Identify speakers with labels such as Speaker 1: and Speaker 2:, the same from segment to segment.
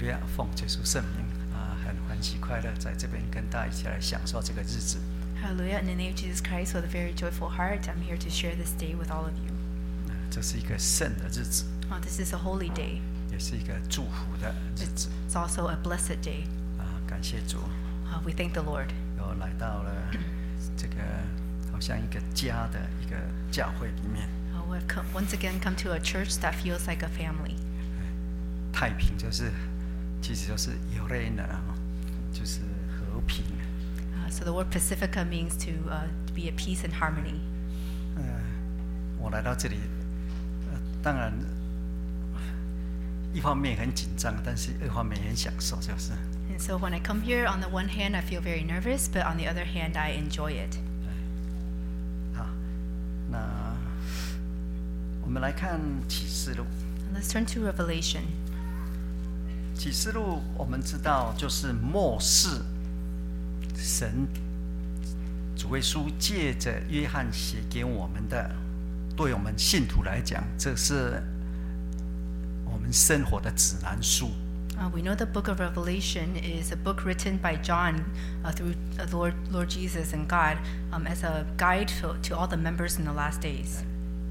Speaker 1: 利亚，奉耶稣圣名啊，很欢喜快乐，在这边跟大家一起来享受这个日子。
Speaker 2: Hallelujah. In the name of Jesus Christ, with a very joyful heart, I'm here to share this day with all of you.
Speaker 1: 啊这是一个圣的日子，
Speaker 2: Uh, this is a holy day.
Speaker 1: 也是一个祝福的日子
Speaker 2: It's also a blessed day.
Speaker 1: 啊！感谢主，
Speaker 2: Uh, we thank the Lord.
Speaker 1: 又来到了这个好像一个家的一个教会里面，
Speaker 2: Uh, we've come, once again come to a church that feels like a family.
Speaker 1: 太平就是其实就是 e u r e n a 就是和平。
Speaker 2: Uh, so the word Pacifica means to uh, be at peace and harmony.
Speaker 1: 呃，我来到这里，呃，当然呃一方面很紧张，但是二方面也很享受，就是。
Speaker 2: And so when I come here, on the one hand, I feel very nervous, but on the other hand, I enjoy it.
Speaker 1: 好，啊那我们来看启示录。
Speaker 2: And let's turn to Revelation.
Speaker 1: 启示录我们知道就是末世，神主耶稣借着约翰写给我们的，对我们信徒来讲，这是我们生活的指南书。
Speaker 2: Uh, we know the book of Revelation is a book written by John uh, through uh, Lord, Lord Jesus and God um, as a guide to, to all the members in the last days.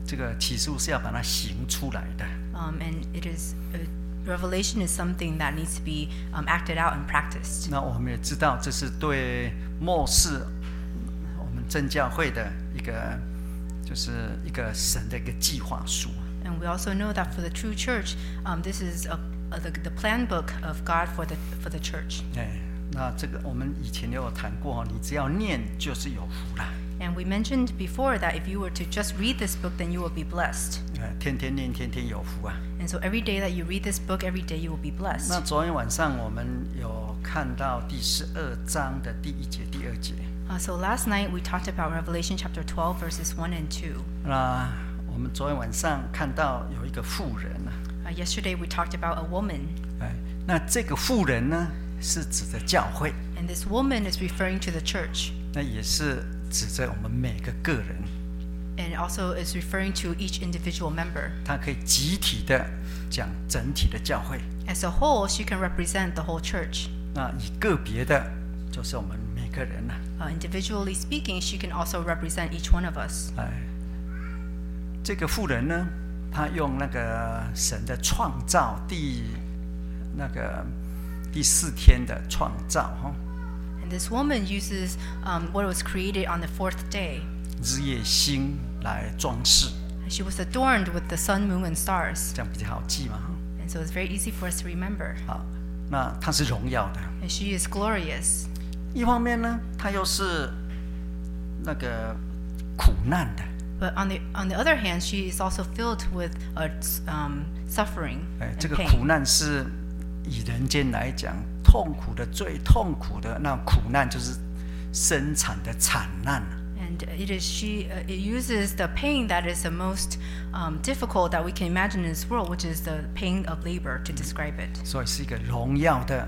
Speaker 1: 这个启示录是要把它行出来的。
Speaker 2: Um, and it is uh, Revelation is something that needs to be um, acted out and practiced.
Speaker 1: 那我们也知道，这是对末世我们正教会的一个，就是一个神的一个计划书。
Speaker 2: And we also know that for the true church, um, this is a, a, the, the plan book of God for the for the church.
Speaker 1: 哎，那这个我们以前也有谈过，你只要念就是有福啦。
Speaker 2: And we mentioned before that if you were to just read this book, then you will be blessed.
Speaker 1: 呃，天天念，天天有福啊。
Speaker 2: And so every day that you read this book, every day you will be
Speaker 1: 那
Speaker 2: blessed.
Speaker 1: 昨天晚上我们有看到第十二章的第一节、第二节。
Speaker 2: Uh, so last night we talked about Revelation chapter 12, verses 1 and 2.
Speaker 1: 那我们昨天晚上看到有一个妇人啊，
Speaker 2: Uh, yesterday we talked about a woman,
Speaker 1: 哎，那这个妇人呢，是指的教会。
Speaker 2: and this woman is referring to the church,
Speaker 1: 那也是指着我们每个个人，
Speaker 2: and also is referring to each individual member.
Speaker 1: 它可以集体的讲整体的教会，
Speaker 2: As a whole, she can represent the whole church.
Speaker 1: 那以个别的就是我们每个人了、啊
Speaker 2: Uh, individually speaking, she can also represent each one of us.
Speaker 1: 哎，这个妇人呢，她用那个神的创造第那个第四天的创造哈，
Speaker 2: And this woman uses um, what was created on the fourth day.
Speaker 1: 日夜星来装饰，
Speaker 2: She was adorned with the sun, moon, and stars.
Speaker 1: 这样比较好记嘛。哈
Speaker 2: And so it's very easy for us to remember.
Speaker 1: 好，那它是荣耀的。
Speaker 2: And she is glorious.
Speaker 1: 一方面呢，它又是那个苦难的。
Speaker 2: But on the, on the other hand, she is also filled with uh, s- um, suffering
Speaker 1: 哎，
Speaker 2: and
Speaker 1: 这个
Speaker 2: pain.
Speaker 1: 苦难是以人间来讲痛苦的最痛苦的那苦难，就是生产的惨难。
Speaker 2: And it is she. Uh, it uses the pain that is the most um, difficult that we can imagine in this world, which is the pain of labor, to describe it.
Speaker 1: 所以是一个荣耀的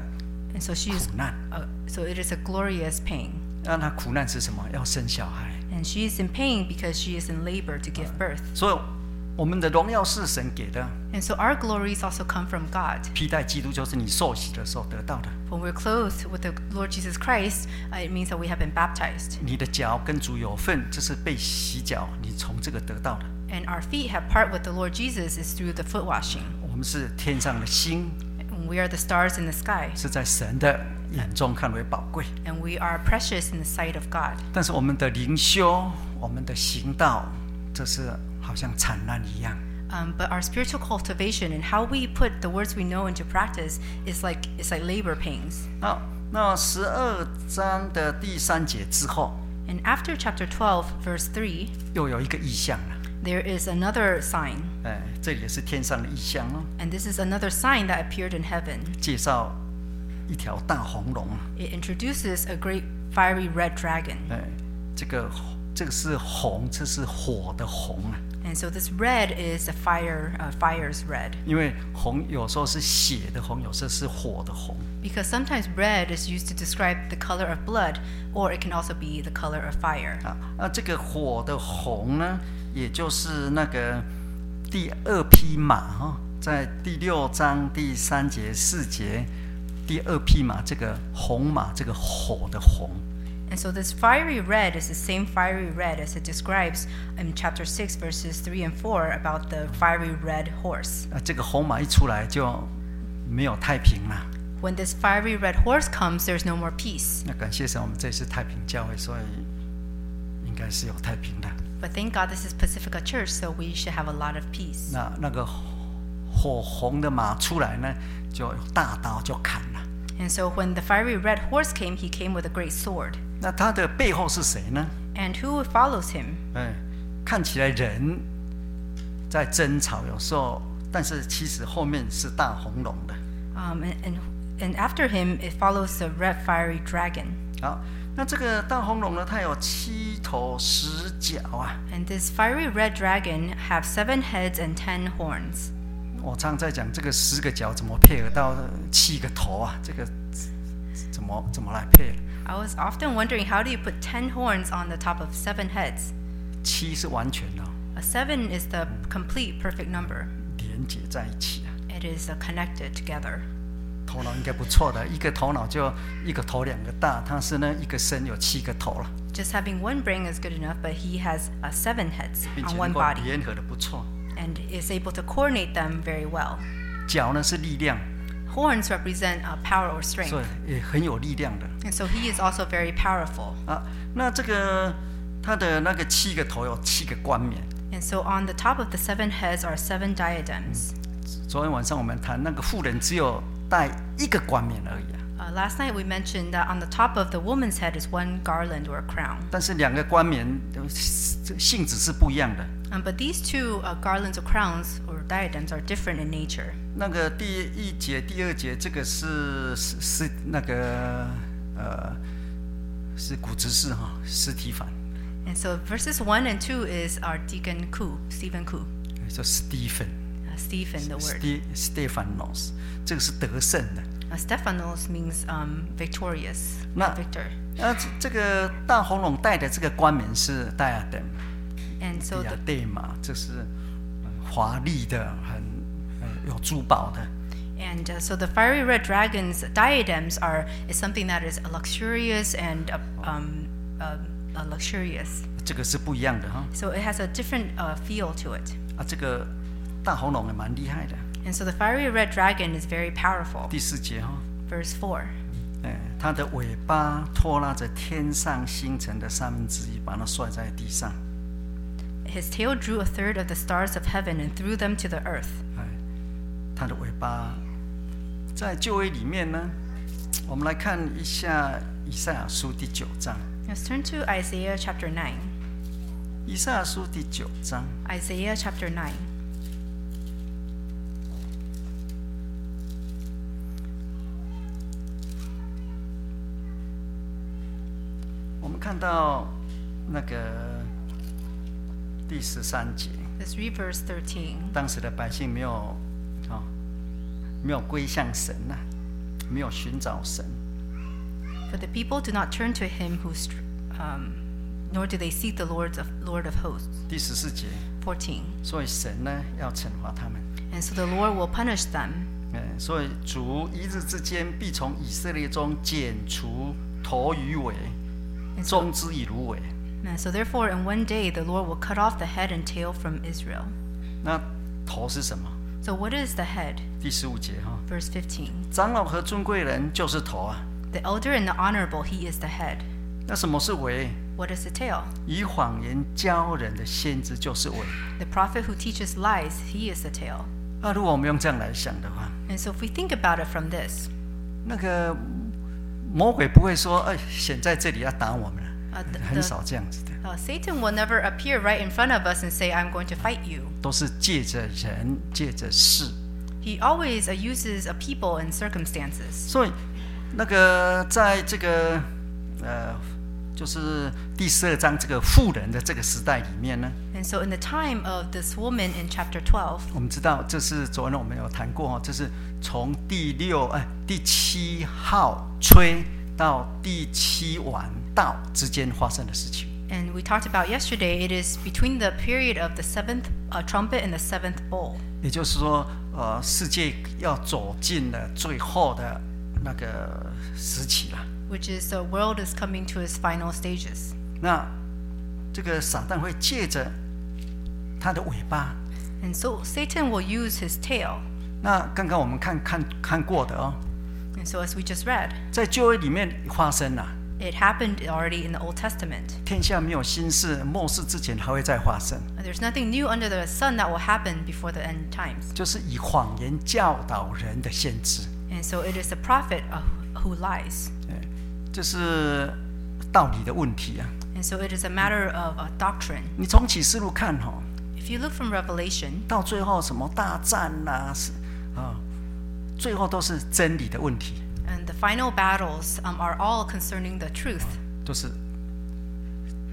Speaker 2: And so she
Speaker 1: 苦
Speaker 2: is.
Speaker 1: 难。
Speaker 2: Uh, so it is a glorious pain,
Speaker 1: 那他苦难是什么？要生小孩。
Speaker 2: and she is in pain because she is in labor to give birth.
Speaker 1: 所以我们的荣耀是神给的，
Speaker 2: And so our glories also come from God.
Speaker 1: 披戴基督就是你受洗的时候得到的。
Speaker 2: When we're clothed with the Lord Jesus Christ, uh, it means that we have been baptized,
Speaker 1: 你的脚跟主有份，这是被洗脚，你从这个得到的。
Speaker 2: and our feet have part with the Lord Jesus is through the foot washing.
Speaker 1: 我们是天上的星，
Speaker 2: And we are the stars in the sky,
Speaker 1: 是在神的眼中看为宝贵。
Speaker 2: and we are precious in the sight of God.
Speaker 1: 但是我们的灵修，我们的行道，这是好像惨难一样。
Speaker 2: Um, but our spiritual cultivation and how we put the words we know into practice is like it's like labor pains.
Speaker 1: 那那十二章的第三节之后，
Speaker 2: And after chapter 12, verse 3,
Speaker 1: 又有一个意象了。
Speaker 2: there is another sign,
Speaker 1: 哎，这里也是天上的意象哦，
Speaker 2: and this is another sign that appeared in heaven.
Speaker 1: 介绍一条大红龙。
Speaker 2: It introduces a great fiery red dragon,
Speaker 1: 哎，这个这个是红，这是火的红啊，
Speaker 2: and so this red is a fire, uh, fire's red,
Speaker 1: 因为红有时候是血的红，有时候是火的红。
Speaker 2: because sometimes red is used to describe the color of blood, or it can also be the color of fire.
Speaker 1: 啊啊，这个火的红呢，也就是那个第二匹马哈、哦，在第六章第三节、四节，第二匹马这个红马，这个火的红，
Speaker 2: And so this fiery red is the same fiery red as it describes in chapter 6, verses 3 and 4 about the fiery red horse.
Speaker 1: 啊，这个红马一出来就没有太平了。
Speaker 2: When this fiery red horse comes, there's no more peace.
Speaker 1: 那感谢神，我们这次太平教会，所以应该是有太平的。
Speaker 2: But thank God this is Pacifica Church, so we should have a lot of peace.
Speaker 1: 那那个火红的马出来呢，就有大刀就砍了。
Speaker 2: And so when the fiery red horse came, he came with a great sword.
Speaker 1: 那它的背后是谁呢？
Speaker 2: And who follows him?
Speaker 1: 哎，看起来人在争吵，有时候，但是其实后面是大红龙的。
Speaker 2: Um, and, and, and after him, it follows the red fiery dragon.
Speaker 1: 好，那这个大红龙呢，它有七头十角啊。
Speaker 2: And this fiery red dragon have seven heads and ten horns.
Speaker 1: 我常在讲这个十个角怎么配合到七个头啊？这个怎么怎么来配？
Speaker 2: I was often wondering how do you put 10 horns on the top of 7 heads?
Speaker 1: 七是完全的哦、
Speaker 2: A 7 is the complete perfect number.
Speaker 1: 连接在一起啊。
Speaker 2: It is uh, connected together.
Speaker 1: 头脑应该不错的，一个头脑就一个头两个大，它是呢一个身有七个头了，
Speaker 2: Just having one brain is good enough, but he has uh, 7 heads
Speaker 1: 并且
Speaker 2: on
Speaker 1: 能
Speaker 2: one
Speaker 1: 够
Speaker 2: body
Speaker 1: 联合的不错。
Speaker 2: and is able to coordinate them very well.
Speaker 1: 角呢是力量，
Speaker 2: Horns represent uh, power or
Speaker 1: 所
Speaker 2: strength.
Speaker 1: 以也很有力量的
Speaker 2: And so he is also very powerful.
Speaker 1: 啊。那这个它的那个七个头有七个冠冕。
Speaker 2: And so on the top of the 7 heads are 7 diadems.
Speaker 1: 昨天晚上我们谈那个妇人只有戴一个冠冕而已啊，
Speaker 2: Uh, last night we mentioned that on the top of the woman's head is one garland or a crown.
Speaker 1: 但是两个冠冕呃性质是不一样的。
Speaker 2: Um, but these two uh, garlands or crowns or diadems are different in nature.
Speaker 1: 那个第一节、第二节，这个是是是那个呃是古执事哈，尸体反。
Speaker 2: And so verses 1 and 2 is our deacon Ku, Stephen Ku,
Speaker 1: 叫 Stephen
Speaker 2: uh, Stephen the word.
Speaker 1: Ste Stephanos，这个是得胜的。
Speaker 2: Uh, Stephanos means um, victorious,
Speaker 1: Nah.
Speaker 2: victor.
Speaker 1: 那这这个大红龙戴的这个冠冕是 diadem，
Speaker 2: And so
Speaker 1: 雅
Speaker 2: the,
Speaker 1: 典嘛，这是呃华丽的，很呃有珠宝的。
Speaker 2: and uh, so the fiery red dragon's diadems are is something that is luxurious and uh, um, uh, uh, luxurious.
Speaker 1: 这个是不一样的哈。
Speaker 2: So it has a different uh, feel to it.
Speaker 1: 啊，这个大红龙也蛮厉害的。
Speaker 2: And so the fiery red dragon is very powerful.
Speaker 1: 第四节哈、
Speaker 2: Verse 4.
Speaker 1: 哎，它的尾巴拖拉着天上星辰的三分之一，把它摔在地上。
Speaker 2: His tail drew a third of the stars of heaven and threw them to the earth.
Speaker 1: 哎，它的尾巴在旧约里面呢，我们来看一下以赛亚书第九章。
Speaker 2: Let's turn to Isaiah chapter 9.
Speaker 1: 以赛亚书第九章，
Speaker 2: Isaiah chapter 9.
Speaker 1: 我们看到那个第十三节，
Speaker 2: Let's read verse 13.
Speaker 1: 当时的百姓没有啊、没有归向神呐、没有寻找神，
Speaker 2: For the people do not turn to him who, str- um, nor do they seek the Lord of Lord of hosts.
Speaker 1: 第十四节，
Speaker 2: 14.
Speaker 1: 所以神呢要惩罚他们。
Speaker 2: And so the Lord will punish them.
Speaker 1: 嗯，所以主一日之间必从以色列中剪除头与尾，
Speaker 2: And so,
Speaker 1: 终之以芦苇。
Speaker 2: and so therefore, in one day, the Lord will cut off the head and tail from Israel.
Speaker 1: 那头是什么？
Speaker 2: So what is the head?
Speaker 1: 第十五节哈、
Speaker 2: Verse 15.
Speaker 1: 长老和尊贵人就是头啊。
Speaker 2: The elder and the honorable, he is the head.
Speaker 1: 那什么是尾？
Speaker 2: What is the tail?
Speaker 1: 以谎言教人的先知就是尾。
Speaker 2: The prophet who teaches lies, he is the tail.
Speaker 1: 那如果我们用这样来想的话，
Speaker 2: And so if we think about it from this,
Speaker 1: 那个魔鬼不会说，哎，显在这里要打我们了，
Speaker 2: uh, the,
Speaker 1: 很
Speaker 2: the,
Speaker 1: 少这样子的，
Speaker 2: uh, Satan will never appear right in front of us and say, I'm going to fight you.
Speaker 1: 都是借着人，借着事。
Speaker 2: He always uh, uses a people and circumstances.
Speaker 1: 所以，那个在这个呃，就是第十二章这个富人的这个时代里面呢，
Speaker 2: And so in the time of this woman in chapter 12,
Speaker 1: 我们知道这是昨天我们有谈过哦，这是从第六哎第七号吹到第七晚到之间发生的事情。
Speaker 2: And we talked about yesterday, it is between the period of the seventh uh, trumpet and the seventh bowl.
Speaker 1: 也就是说，呃，世界要走进了最后的那个时期了。
Speaker 2: which is the world is coming to its final stages.
Speaker 1: 那这个撒旦会借着他的尾巴，
Speaker 2: And so Satan will use his tail.
Speaker 1: 那刚刚我们看看看过的哦，
Speaker 2: And so, as we just read,
Speaker 1: 在旧约里面发生了、
Speaker 2: it happened already in the Old Testament.
Speaker 1: 天下没有新事，末世之前还会再发生，
Speaker 2: There's nothing new under the sun that will happen before the end times.
Speaker 1: 就是以谎言教导人的限制，
Speaker 2: And so, it is the prophet uh, who lies.
Speaker 1: 哎，这是道理的问题啊。
Speaker 2: And so, it is a matter of uh, doctrine.
Speaker 1: 你从启示录看哦，
Speaker 2: If you look from Revelation,
Speaker 1: 到最后什么大战呐、是啊，最后都是真理的问题，
Speaker 2: and the final battles um, are all concerning the truth.
Speaker 1: 都是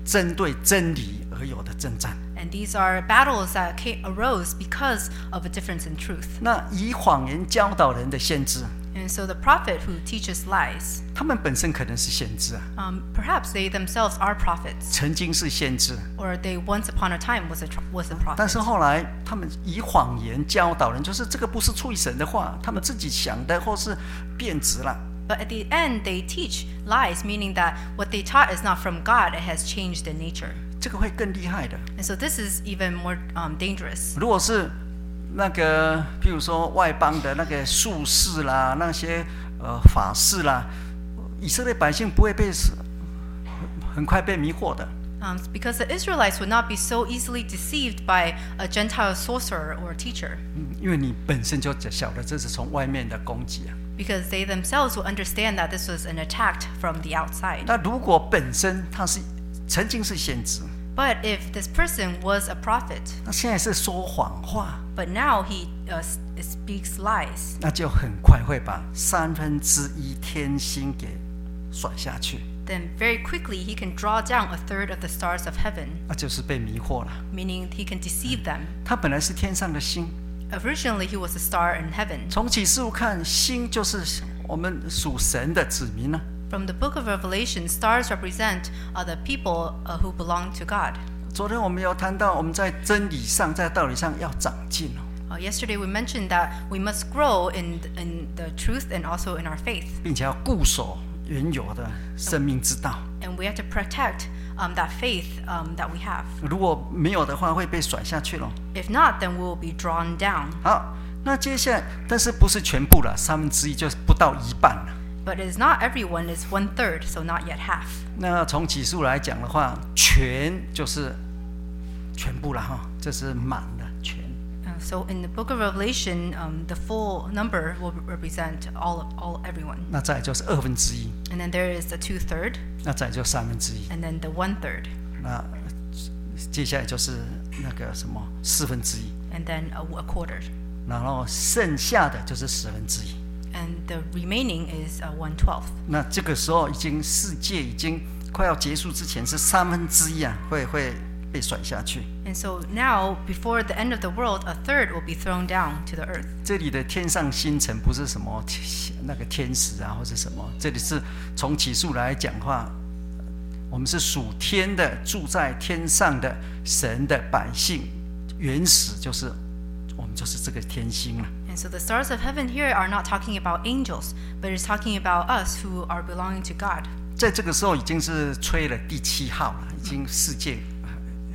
Speaker 1: 针对真理而有的征战。
Speaker 2: And these are battles that came, arose because of a difference in truth.
Speaker 1: 那以谎言教导人的先知，
Speaker 2: And so, the prophet who teaches lies
Speaker 1: 他们本身可能是先知啊，
Speaker 2: Um, perhaps they themselves are prophets,
Speaker 1: 曾经是先知，啊
Speaker 2: or they once upon a time was a tr- was a
Speaker 1: 但
Speaker 2: prophet.
Speaker 1: 是后来他们以谎言教导人，就是这个不是出于神的话，他们自己想的或是变质了。
Speaker 2: But at the end, they teach lies, meaning that what they taught is not from God; it has changed in nature.
Speaker 1: 这个会更厉害的。
Speaker 2: And so this is even more um, dangerous.
Speaker 1: 如果是那个，譬如说外邦的那个术士啦，那些呃法师啦，以色列百姓不会被很快被迷惑的。
Speaker 2: Um, because the Israelites would not be so easily deceived by a Gentile sorcerer or teacher,
Speaker 1: 嗯因为你本身就晓得这是从外面的攻击啊。
Speaker 2: because they themselves will understand that this was an attack from the outside.
Speaker 1: 那如果本身他是曾经是先知，
Speaker 2: But if this person was a prophet,
Speaker 1: 那现在是说谎话，
Speaker 2: but now he uh, s- speaks lies,
Speaker 1: 那就很快会把三分之一天星给甩下去，
Speaker 2: then very quickly he can draw down a third of the stars of heaven,
Speaker 1: 那就是被迷惑了。
Speaker 2: meaning he can deceive them.
Speaker 1: 他本来是天上的星，
Speaker 2: Originally, he was a star in heaven.
Speaker 1: 从启示录看，星就是我们属神的子民啊呢、
Speaker 2: From the book of Revelation, stars represent uh, the people uh, who belong to God.
Speaker 1: 昨天我们有谈到，我们在真理上、在道理上要长进哦，
Speaker 2: Uh, yesterday, we mentioned that we must grow in, in the truth and also in our faith,
Speaker 1: 并且要固守原有的生命之道。
Speaker 2: and we have to protect um, that faith um, that we have.
Speaker 1: 如果没有的话，会被甩下去了。
Speaker 2: If not, then we will be drawn down.
Speaker 1: 好，那接下来，但是不是全部了，三分之一就是不到一半了。
Speaker 2: But it is not everyone, it's one third, so not yet half.
Speaker 1: 那从起诉来讲的话，全就是全部了哈，这是满的全。
Speaker 2: Uh, so in the book of Revelation, um, the full number will represent all of all everyone,
Speaker 1: 那再来就是二分之一，
Speaker 2: and then there is the two third,
Speaker 1: 那再来就三分之一，
Speaker 2: and then the one third,
Speaker 1: 那接下来就是那个什么四分之一，
Speaker 2: and then a, a quarter,
Speaker 1: 然后剩下的就是十分之一。
Speaker 2: and the remaining is uh, one twelfth.
Speaker 1: 那这个时候已经世界已经快要结束之前是三分之一啊，会会被甩下去。
Speaker 2: And so now, before the end of the world, a third will be thrown down to the earth.
Speaker 1: 这里的天上星辰不是什么那个天使啊，或是什么，这里是从起诉来讲话，我们是属天的，住在天上的神的百姓，原始就是我们就是这个天星了、啊
Speaker 2: And so the stars of heaven here are not talking about angels, but it's talking about us who are belonging to God.
Speaker 1: 在这个时候已经是吹了第七号了，已经世界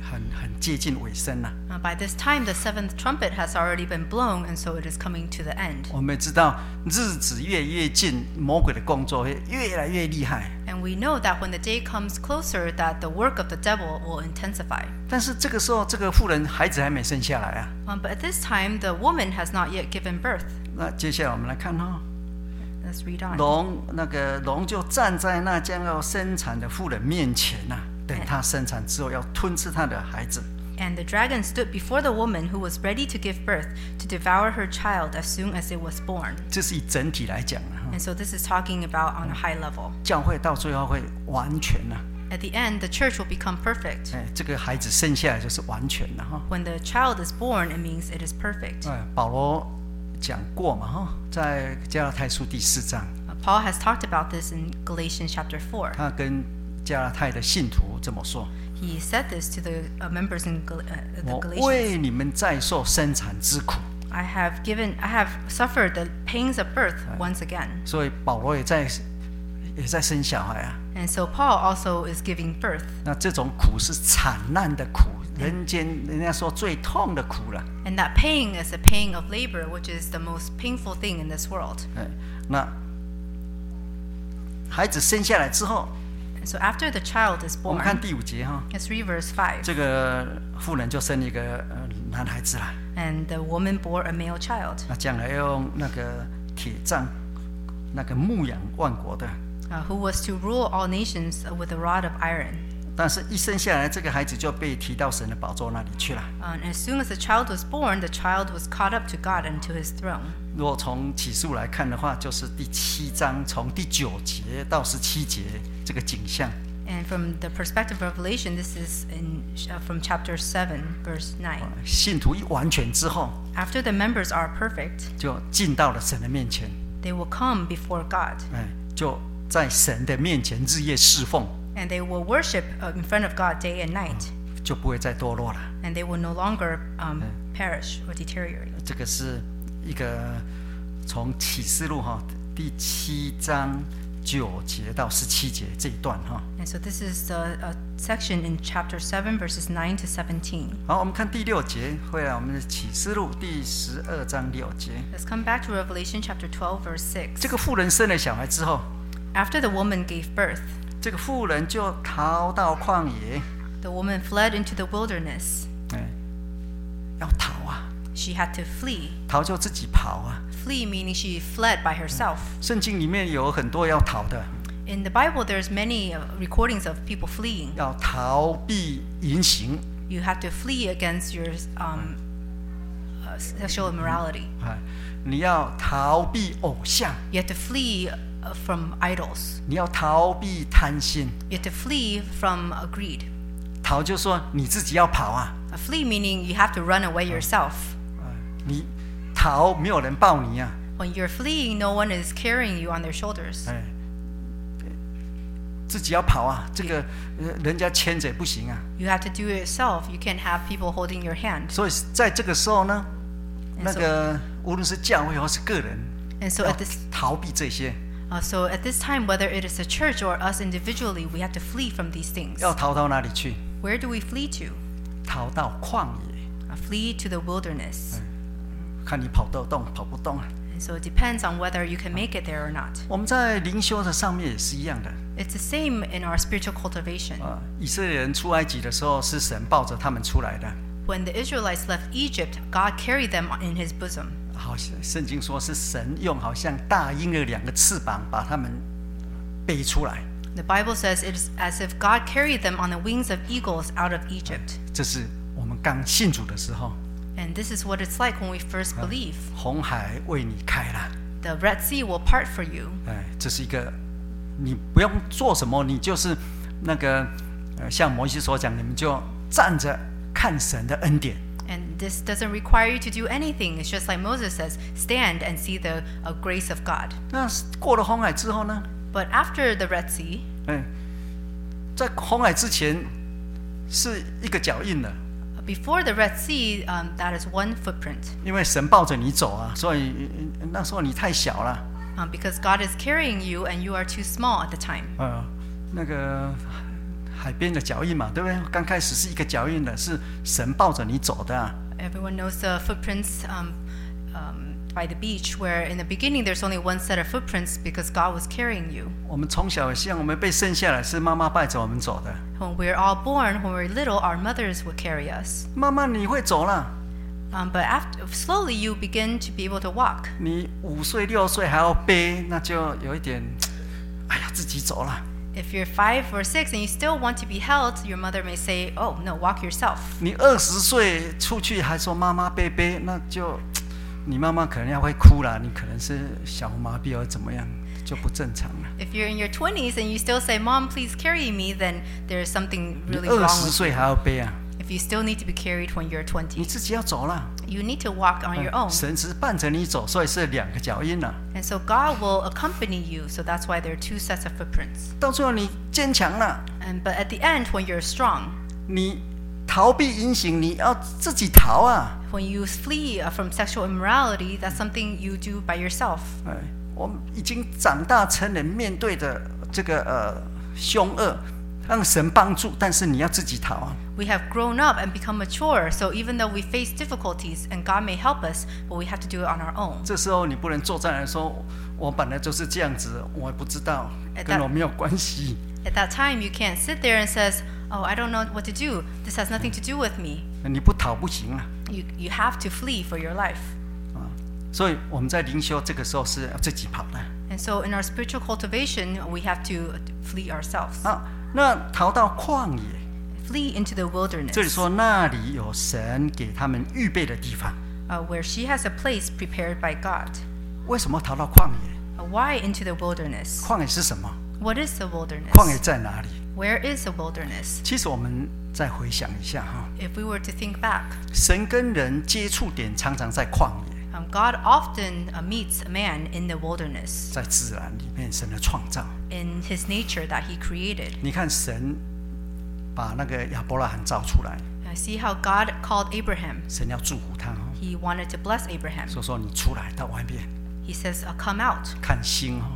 Speaker 1: 很很接近尾声了。
Speaker 2: Uh, by this time, the seventh trumpet has already been blown, and so it is coming to the end.
Speaker 1: 我们也知道日子越越近，魔鬼的工作会越来越厉害。
Speaker 2: And we know that when the day comes closer that the work of the devil will intensify.
Speaker 1: 但是这个时候，这个妇人孩子还没生下来啊。
Speaker 2: Um, but at this time, the woman has not yet given birth.
Speaker 1: 那接下来我们来看哈、
Speaker 2: Let's read on.
Speaker 1: 龙那个龙就站在那将要生产的妇人面前呐、等她生产之后要吞吃她的孩子。
Speaker 2: And the dragon stood before the woman who was ready to give birth to devour her child as soon as it was born.
Speaker 1: 这是以整体来讲啊，
Speaker 2: And so this is talking about on a high level.
Speaker 1: 教会到最后会完全呐、
Speaker 2: At the end, the church will become perfect.
Speaker 1: 哎，这个孩子生下来就是完全了哈。
Speaker 2: When the child is born, it means it is perfect.
Speaker 1: 哎，保罗讲过嘛哈，在加拉太书第四章，
Speaker 2: Uh, Paul has talked about this in Galatians chapter 4.
Speaker 1: 他跟加拉太的信徒这么说。
Speaker 2: He said this to the uh, members in Gal- uh, the
Speaker 1: 我
Speaker 2: Galatians.
Speaker 1: 为你们再受生产之苦。
Speaker 2: I have given, I have suffered the pains of birth once again.
Speaker 1: 所以保罗也在也在生小孩啊。
Speaker 2: And so Paul also is giving birth.
Speaker 1: 那这种苦是惨难的苦，人间人家说最痛的苦了。
Speaker 2: And that pain is the pain of labor, which is the most painful thing in this world.
Speaker 1: 哎，那孩子生下来之后，
Speaker 2: And so after the child is
Speaker 1: 我们看
Speaker 2: born,
Speaker 1: 第五节哈，
Speaker 2: let's read verse 5.
Speaker 1: 这个妇人就生一个呃男孩子了。
Speaker 2: And the woman bore a male child,
Speaker 1: 那将来要用那个铁杖，那个牧养万国的。
Speaker 2: uh, who was to rule all nations with a rod of iron.
Speaker 1: 但是，一生下来，这个孩子就被提到神的宝座那里去了。
Speaker 2: Uh, and as soon as the child was born, the child was caught up to God and to his throne.
Speaker 1: 如果从起诉来看的话，就是第七章从第九节到十七节这个景象。
Speaker 2: And from the perspective of Revelation, this is in, uh, from chapter 7, verse 9.
Speaker 1: 啊信徒一完全之后，
Speaker 2: After the members are perfect,
Speaker 1: 就进到了神的面前，
Speaker 2: they will come before God,
Speaker 1: 哎，就在神的面前日夜侍奉，
Speaker 2: and they will worship uh, in front of God day and night,
Speaker 1: 就不会再堕落了。
Speaker 2: and they will no longer um, perish or deteriorate.
Speaker 1: 这个是一个从启示录哈第七章九节到十七节这一段哈。
Speaker 2: And so this is the uh, section in chapter 7, verses 9 to 17.
Speaker 1: 好，我们看第六节，回来我们的启示录第十二章六节。
Speaker 2: Let's come back to Revelation chapter 12, verse 6.
Speaker 1: 这个妇人生了小孩之后，
Speaker 2: After the woman gave birth,
Speaker 1: 这个妇人就逃到旷野，
Speaker 2: the woman fled into the wilderness.
Speaker 1: 哎，要逃啊，
Speaker 2: She had to flee.
Speaker 1: 逃就自己跑啊。
Speaker 2: Flee meaning she fled by herself.
Speaker 1: 圣经里面有很多要逃的，
Speaker 2: In the Bible, there's many uh, recordings of people fleeing.
Speaker 1: 要逃避淫行
Speaker 2: You have to flee against your um, uh, sexual immorality.
Speaker 1: 啊，你要逃避偶像，
Speaker 2: You have to flee uh, from idols.
Speaker 1: 你要逃避贪心。
Speaker 2: You have to flee from uh, greed.
Speaker 1: 逃就说你自己要跑啊，
Speaker 2: A flee meaning you have to run away yourself.
Speaker 1: 啊你逃没有人抱你啊，
Speaker 2: When you're fleeing, no one is carrying you on their shoulders.
Speaker 1: 哎，自己要跑啊，这个呃人家牵着也不行啊。
Speaker 2: You have to do it yourself. You can't have people holding your hand.
Speaker 1: 所以在这个时候呢，
Speaker 2: 没
Speaker 1: 那
Speaker 2: 错
Speaker 1: 个无论是教会或是个人，
Speaker 2: And so
Speaker 1: 要
Speaker 2: at this
Speaker 1: 逃避这些，
Speaker 2: uh, so at this time, whether it is a church or us individually, we have to flee from these things.
Speaker 1: 要逃到哪里去？
Speaker 2: Where do we flee to?
Speaker 1: 逃到旷野，
Speaker 2: Uh, flee to the wilderness.
Speaker 1: 看你跑得动跑不动啊。
Speaker 2: And so it depends on whether you can make it there or not.
Speaker 1: 我们在灵修的上面也是一样的
Speaker 2: It's the same in our spiritual cultivation.
Speaker 1: 啊、以色列人出埃及的时候，是神抱着他们出来的，
Speaker 2: When the Israelites left Egypt, God carried them in his bosom.
Speaker 1: 好像圣经说是神用好像大鹰的两个翅膀把他们背出来，
Speaker 2: The Bible says it is as if God carried them on the wings of eagles out of Egypt.
Speaker 1: 这是我们刚信主的时候，
Speaker 2: And this is what it's like when we first believe.
Speaker 1: 红海为你开了，
Speaker 2: The Red Sea will part for you.
Speaker 1: 哎，这是一个你不用做什么，你就是那个呃，像摩西所讲，你们就站着看神的恩典，
Speaker 2: And this doesn't require you to do anything. It's just like Moses says stand and see the uh, grace of God.
Speaker 1: 那过了红海之后呢？
Speaker 2: But after the Red Sea,
Speaker 1: 哎，在红海之前是一个脚印的，
Speaker 2: before the Red Sea, um, that is one footprint.
Speaker 1: 因为神抱着你走啊，所以呃那时候你太小了，
Speaker 2: um, because God is carrying you and you are too small at the time.
Speaker 1: 呃，那个海边的脚印嘛，对不对？刚开始是一个脚印的，是神抱着你走的、啊，
Speaker 2: Everyone knows the footprints um, um, by the beach, where in the beginning there's only one set of footprints because God was carrying you.
Speaker 1: 我们从小像我们被生下来是妈妈带着我们走的，
Speaker 2: When we're all born, when we're little, our mothers will carry us.
Speaker 1: 慢慢你会走了，
Speaker 2: Um, but after, slowly you begin to be able to walk.
Speaker 1: 你五岁六岁还要背，那就有一点，哎呀，自己走了。
Speaker 2: If you're five or six and you still want to be held, your mother may say, Oh, no, walk yourself.
Speaker 1: 你二十岁出去还说妈妈背背，那就你妈妈可能要会哭了，你可能是小儿麻痹或怎么样，就不正常了。
Speaker 2: If you're in your 20s and you still say, Mom, please carry me, then there's something
Speaker 1: 你
Speaker 2: really
Speaker 1: 二
Speaker 2: wrong
Speaker 1: 十
Speaker 2: with
Speaker 1: 岁还要背啊，
Speaker 2: If you still need to be carried when you're 20,
Speaker 1: 你自己要走了。
Speaker 2: You need to walk
Speaker 1: Uh,
Speaker 2: on your own.
Speaker 1: 嗯神只是伴着你走，所以是两个脚印了、啊
Speaker 2: And so God will accompany you. So that's why there are two sets of footprints.
Speaker 1: 到最后你坚强了，
Speaker 2: And but at the end when you're strong,
Speaker 1: 你逃避阴行，你要自己逃啊！
Speaker 2: When you flee uh, from sexual immorality, that's something you do by yourself.
Speaker 1: 哎，我们已经长大成人，面对的这个呃凶恶，让神帮助，但是你要自己逃啊！
Speaker 2: We have grown up and become mature, so even though we face difficulties and God may help us, but we have to do it on our own.
Speaker 1: 这时候你不能坐在那说，我本来就是这样子，我也不知道，
Speaker 2: 哎
Speaker 1: 跟
Speaker 2: 但
Speaker 1: 我没有关系。
Speaker 2: At that time, you can't sit there and says, "Oh, I don't know what to do. This has nothing to do with me."
Speaker 1: 你不逃不行啊！
Speaker 2: You you have to flee for your life.
Speaker 1: 啊，所以我们在灵修这个时候是要自己跑的。
Speaker 2: And so, in our spiritual cultivation, we have to flee ourselves.
Speaker 1: 好，那逃到旷野，
Speaker 2: Flee into the
Speaker 1: 这里
Speaker 2: wilderness,
Speaker 1: 说那里有神给他们预备的地方。
Speaker 2: uh, where she has a place prepared by God.
Speaker 1: 为什么逃到旷野？
Speaker 2: Uh, Why into the wilderness?
Speaker 1: 旷野是什么？
Speaker 2: What is the
Speaker 1: 旷野
Speaker 2: wilderness?
Speaker 1: 在哪里？
Speaker 2: Where is the wilderness?
Speaker 1: 其实我们再回想一下哈，
Speaker 2: If we were to think back,
Speaker 1: 神跟人接触点常常在旷野，
Speaker 2: um, God often uh, meets a man in the wilderness,
Speaker 1: 在自然里面神的创造。
Speaker 2: in his nature that he created.
Speaker 1: 你看神把那个亚伯拉罕造出来，
Speaker 2: Uh, see how God called Abraham.
Speaker 1: 神要祝福他哦，
Speaker 2: He wanted to bless Abraham.
Speaker 1: 说说你出来到外面
Speaker 2: He says, uh, Come out,
Speaker 1: 看星哦，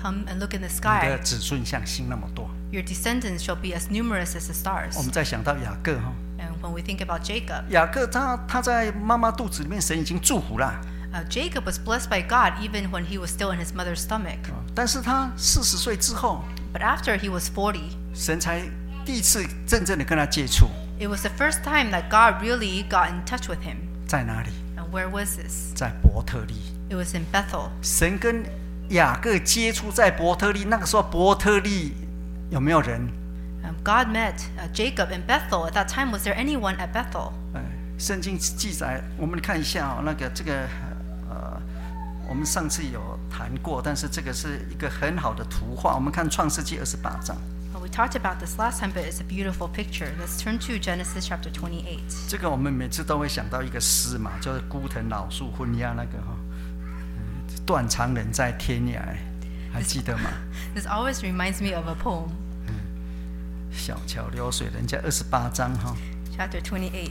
Speaker 2: come and look in
Speaker 1: 你的
Speaker 2: the sky.
Speaker 1: 子孙像星那么多。
Speaker 2: Your descendants shall be as numerous as the stars.
Speaker 1: 我们再想到雅各哈，
Speaker 2: And when we think about Jacob,
Speaker 1: 雅各他他在妈妈肚子里面，神已经祝福了，
Speaker 2: uh, Jacob was blessed by God even when he was still in his mother's stomach.
Speaker 1: 啊但是他四十岁之后，
Speaker 2: But after he was 40,
Speaker 1: 神才第一次真正的跟他接触，
Speaker 2: it was the first time that God really got in touch with him.
Speaker 1: 在哪里？
Speaker 2: And where was this?
Speaker 1: 在伯特利。
Speaker 2: It was in Bethel.
Speaker 1: 神跟雅各接触在伯特利，那个时候伯特利有没有人？
Speaker 2: Um, God met uh, Jacob in Bethel. At that time, was there anyone at Bethel?
Speaker 1: 哎，圣经记载，我们看一下哦，那个这个呃，我们上次有谈过，但是这个是一个很好的图画。我们看创世纪二十八章，
Speaker 2: Well, we talked about this last time, but it's a beautiful picture. Let's turn to Genesis chapter 28.
Speaker 1: 这个我们每次都会想到一个诗嘛，就是枯藤老树昏鸦那个哈、嗯断肠人在天涯，还记得吗？
Speaker 2: This always reminds me of a poem,
Speaker 1: 小桥流水人家二十八章哈、
Speaker 2: chapter 28,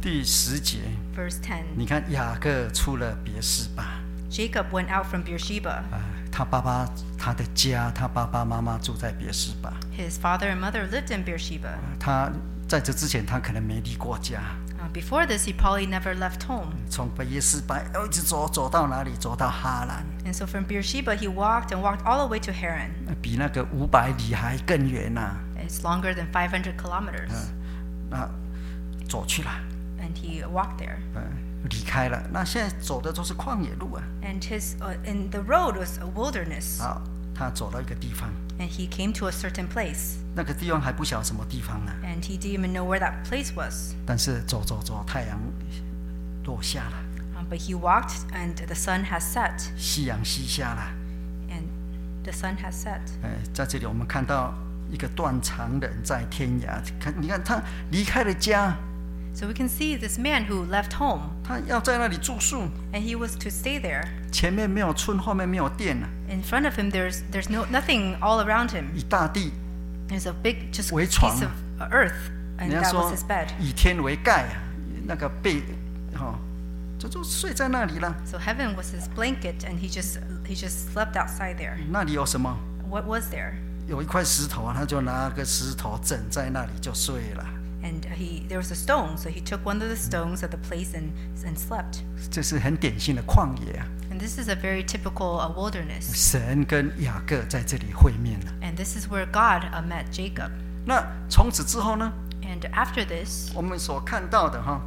Speaker 1: 第十节，
Speaker 2: verse 10.
Speaker 1: 你看雅各出了别是吧？
Speaker 2: Jacob went out from Beersheba.
Speaker 1: 啊，他爸爸他的家，他爸爸妈妈住在别是吧？
Speaker 2: His father and mother lived in Beersheba.
Speaker 1: 他在这之前，他可能没离过家，
Speaker 2: Uh, before this, he probably never left home.
Speaker 1: 从别是吧哦要一直走走到哪里？走到哈兰，
Speaker 2: And so from Beersheba, he walked and walked all the way to Haran.
Speaker 1: 比那个五百里还更远呐、
Speaker 2: It's longer than 500 kilometers.
Speaker 1: 那走去了，
Speaker 2: And he walked there.
Speaker 1: 嗯、离开了。那现在走的都是旷野路啊。
Speaker 2: And his uh, and the road was a wilderness.
Speaker 1: 好，他走到一个地方，
Speaker 2: And he came to a certain place.
Speaker 1: 那个地方还不晓得什么地方呢、
Speaker 2: And he didn't even know where that place was.
Speaker 1: 但是走走走，太阳落下了，
Speaker 2: Uh, but he walked, and the sun has set.
Speaker 1: 夕阳西下了。
Speaker 2: And the sun has set.
Speaker 1: 哎，在这里我们看到一个断肠人在天涯，看你看他离开了家，
Speaker 2: So we can see this man who left home,
Speaker 1: 他要在那里住宿，
Speaker 2: and he was to stay there.
Speaker 1: 前面没有村，后面没有店啊，
Speaker 2: In front of him, there's there's no nothing all around him.
Speaker 1: 以大地，
Speaker 2: There's a big just
Speaker 1: Wei
Speaker 2: piece
Speaker 1: chuang.
Speaker 2: of earth,
Speaker 1: 人
Speaker 2: and
Speaker 1: 家
Speaker 2: that
Speaker 1: 说
Speaker 2: was his bed.
Speaker 1: 以天为盖啊，那个被，哦，就就睡在那里了。
Speaker 2: So heaven was his blanket, and he just he just slept outside there.
Speaker 1: 那里有什么？
Speaker 2: What was there?
Speaker 1: 有一块石头啊，他就拿个石头枕在那里就睡了。
Speaker 2: And he there was a stone, so he took one of the stones of the place and and slept.
Speaker 1: 这是很典型的旷野啊。
Speaker 2: And this is a very typical uh, wilderness.
Speaker 1: 神跟雅各在这里会面了。
Speaker 2: And this is where God uh, met Jacob.
Speaker 1: 那从此之后呢，
Speaker 2: And after this,
Speaker 1: 我们所看到的哈，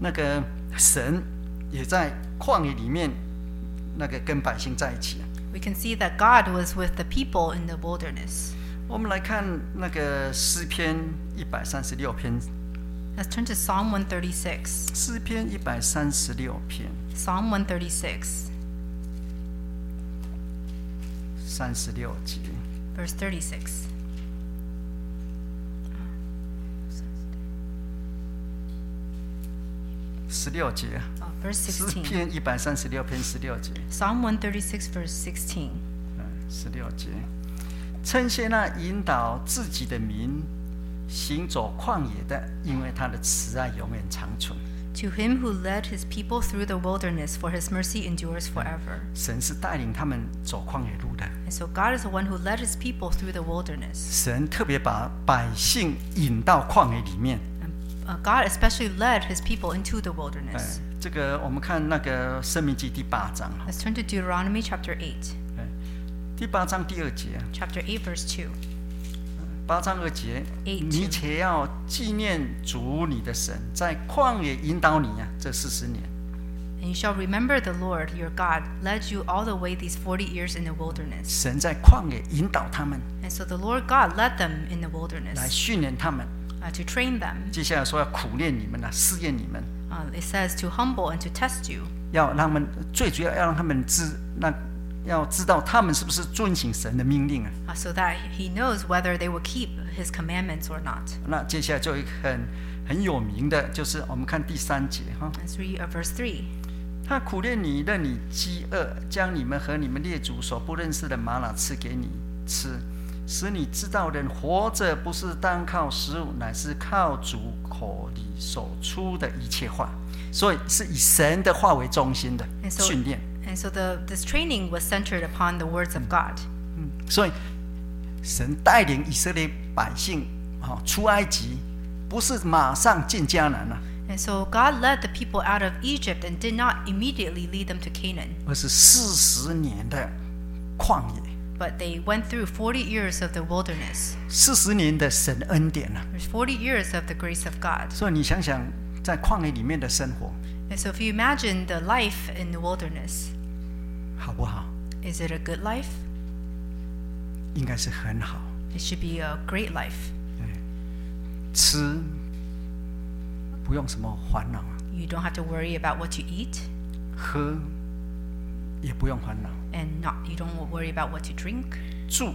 Speaker 1: 那个神也在旷野里面，那个跟百姓在一起啊。
Speaker 2: we can see that God was with the people in the wilderness.
Speaker 1: 我们来看那个诗篇一百三十六篇，
Speaker 2: Let's turn to Psalm 136.
Speaker 1: 诗篇一百三十六篇
Speaker 2: Psalm 136,
Speaker 1: 三十六节，
Speaker 2: verse 36.
Speaker 1: 十六节，啊
Speaker 2: Oh, verse
Speaker 1: 诗
Speaker 2: 16.
Speaker 1: 篇一百三十六篇十六节，
Speaker 2: Psalm 136, verse 16.
Speaker 1: 嗯，十六节，称谢那引导自己的民，行走旷野的，因为他的慈爱永远长存。
Speaker 2: To him who led his people through the wilderness, for his mercy endures forever.
Speaker 1: 神是带领他们走旷野路的，
Speaker 2: And so God is the one who led his people through the wilderness.
Speaker 1: 神特别把百姓引到旷野里面。
Speaker 2: And, uh, God especially led his people into the
Speaker 1: 哎
Speaker 2: wilderness.，
Speaker 1: 这个我们看那个《生命记》第八章，
Speaker 2: Let's turn to Deuteronomy chapter 8.
Speaker 1: 哎，第八章第二节，
Speaker 2: Chapter 8, verse 2.
Speaker 1: 八章二节，
Speaker 2: Eight
Speaker 1: 你且要纪念主你的神，在旷野引导你啊，这四十年。
Speaker 2: And you shall remember the Lord your God led you all the way these 40 years in the wilderness.
Speaker 1: 神在旷野引导他们，
Speaker 2: And so the Lord God led them in
Speaker 1: 来
Speaker 2: the wilderness
Speaker 1: 训练他们。
Speaker 2: uh, to train them.
Speaker 1: 接下来说要苦练你们啊，试验你们，
Speaker 2: Uh, it says to humble and to test you.
Speaker 1: 要让他们最主要要让他们知，那要知道他们是不是遵行神的命令啊。
Speaker 2: uh, so that he knows whether they will keep his commandments or not.
Speaker 1: 那接下来就有一个很很有名的，就是我们看第三节哈，
Speaker 2: Let's read uh, verse 3.
Speaker 1: 他苦练你，任你饥饿，将你们和你们列祖所不认识的玛瑙赐给你吃，使你知道人活着不是单靠食物，乃是靠主口里所出的一切话。所以是以神的话为中心的
Speaker 2: And so,
Speaker 1: 训练。
Speaker 2: and so the, this training was centered upon the words of God.
Speaker 1: 嗯，所以神带领以色列百姓哦、出埃及，不是马上进迦南了、啊
Speaker 2: And so God led the people out of Egypt and did not immediately lead them to Canaan,
Speaker 1: 而是四十年的旷野，
Speaker 2: but they went through 40 years of the wilderness.
Speaker 1: 四十年的神恩典啊。
Speaker 2: There's 40 years of the grace of God.
Speaker 1: 所以你想想，在旷野里面的生活
Speaker 2: And so if you imagine the life in the wilderness,
Speaker 1: 好不好？
Speaker 2: is it a good life?
Speaker 1: 应该是很好，
Speaker 2: It should be a great life.
Speaker 1: 吃不用什么烦恼啊，
Speaker 2: You don't have to worry about what you eat,
Speaker 1: 喝也不用烦恼，
Speaker 2: and not you don't worry about what you drink.
Speaker 1: 住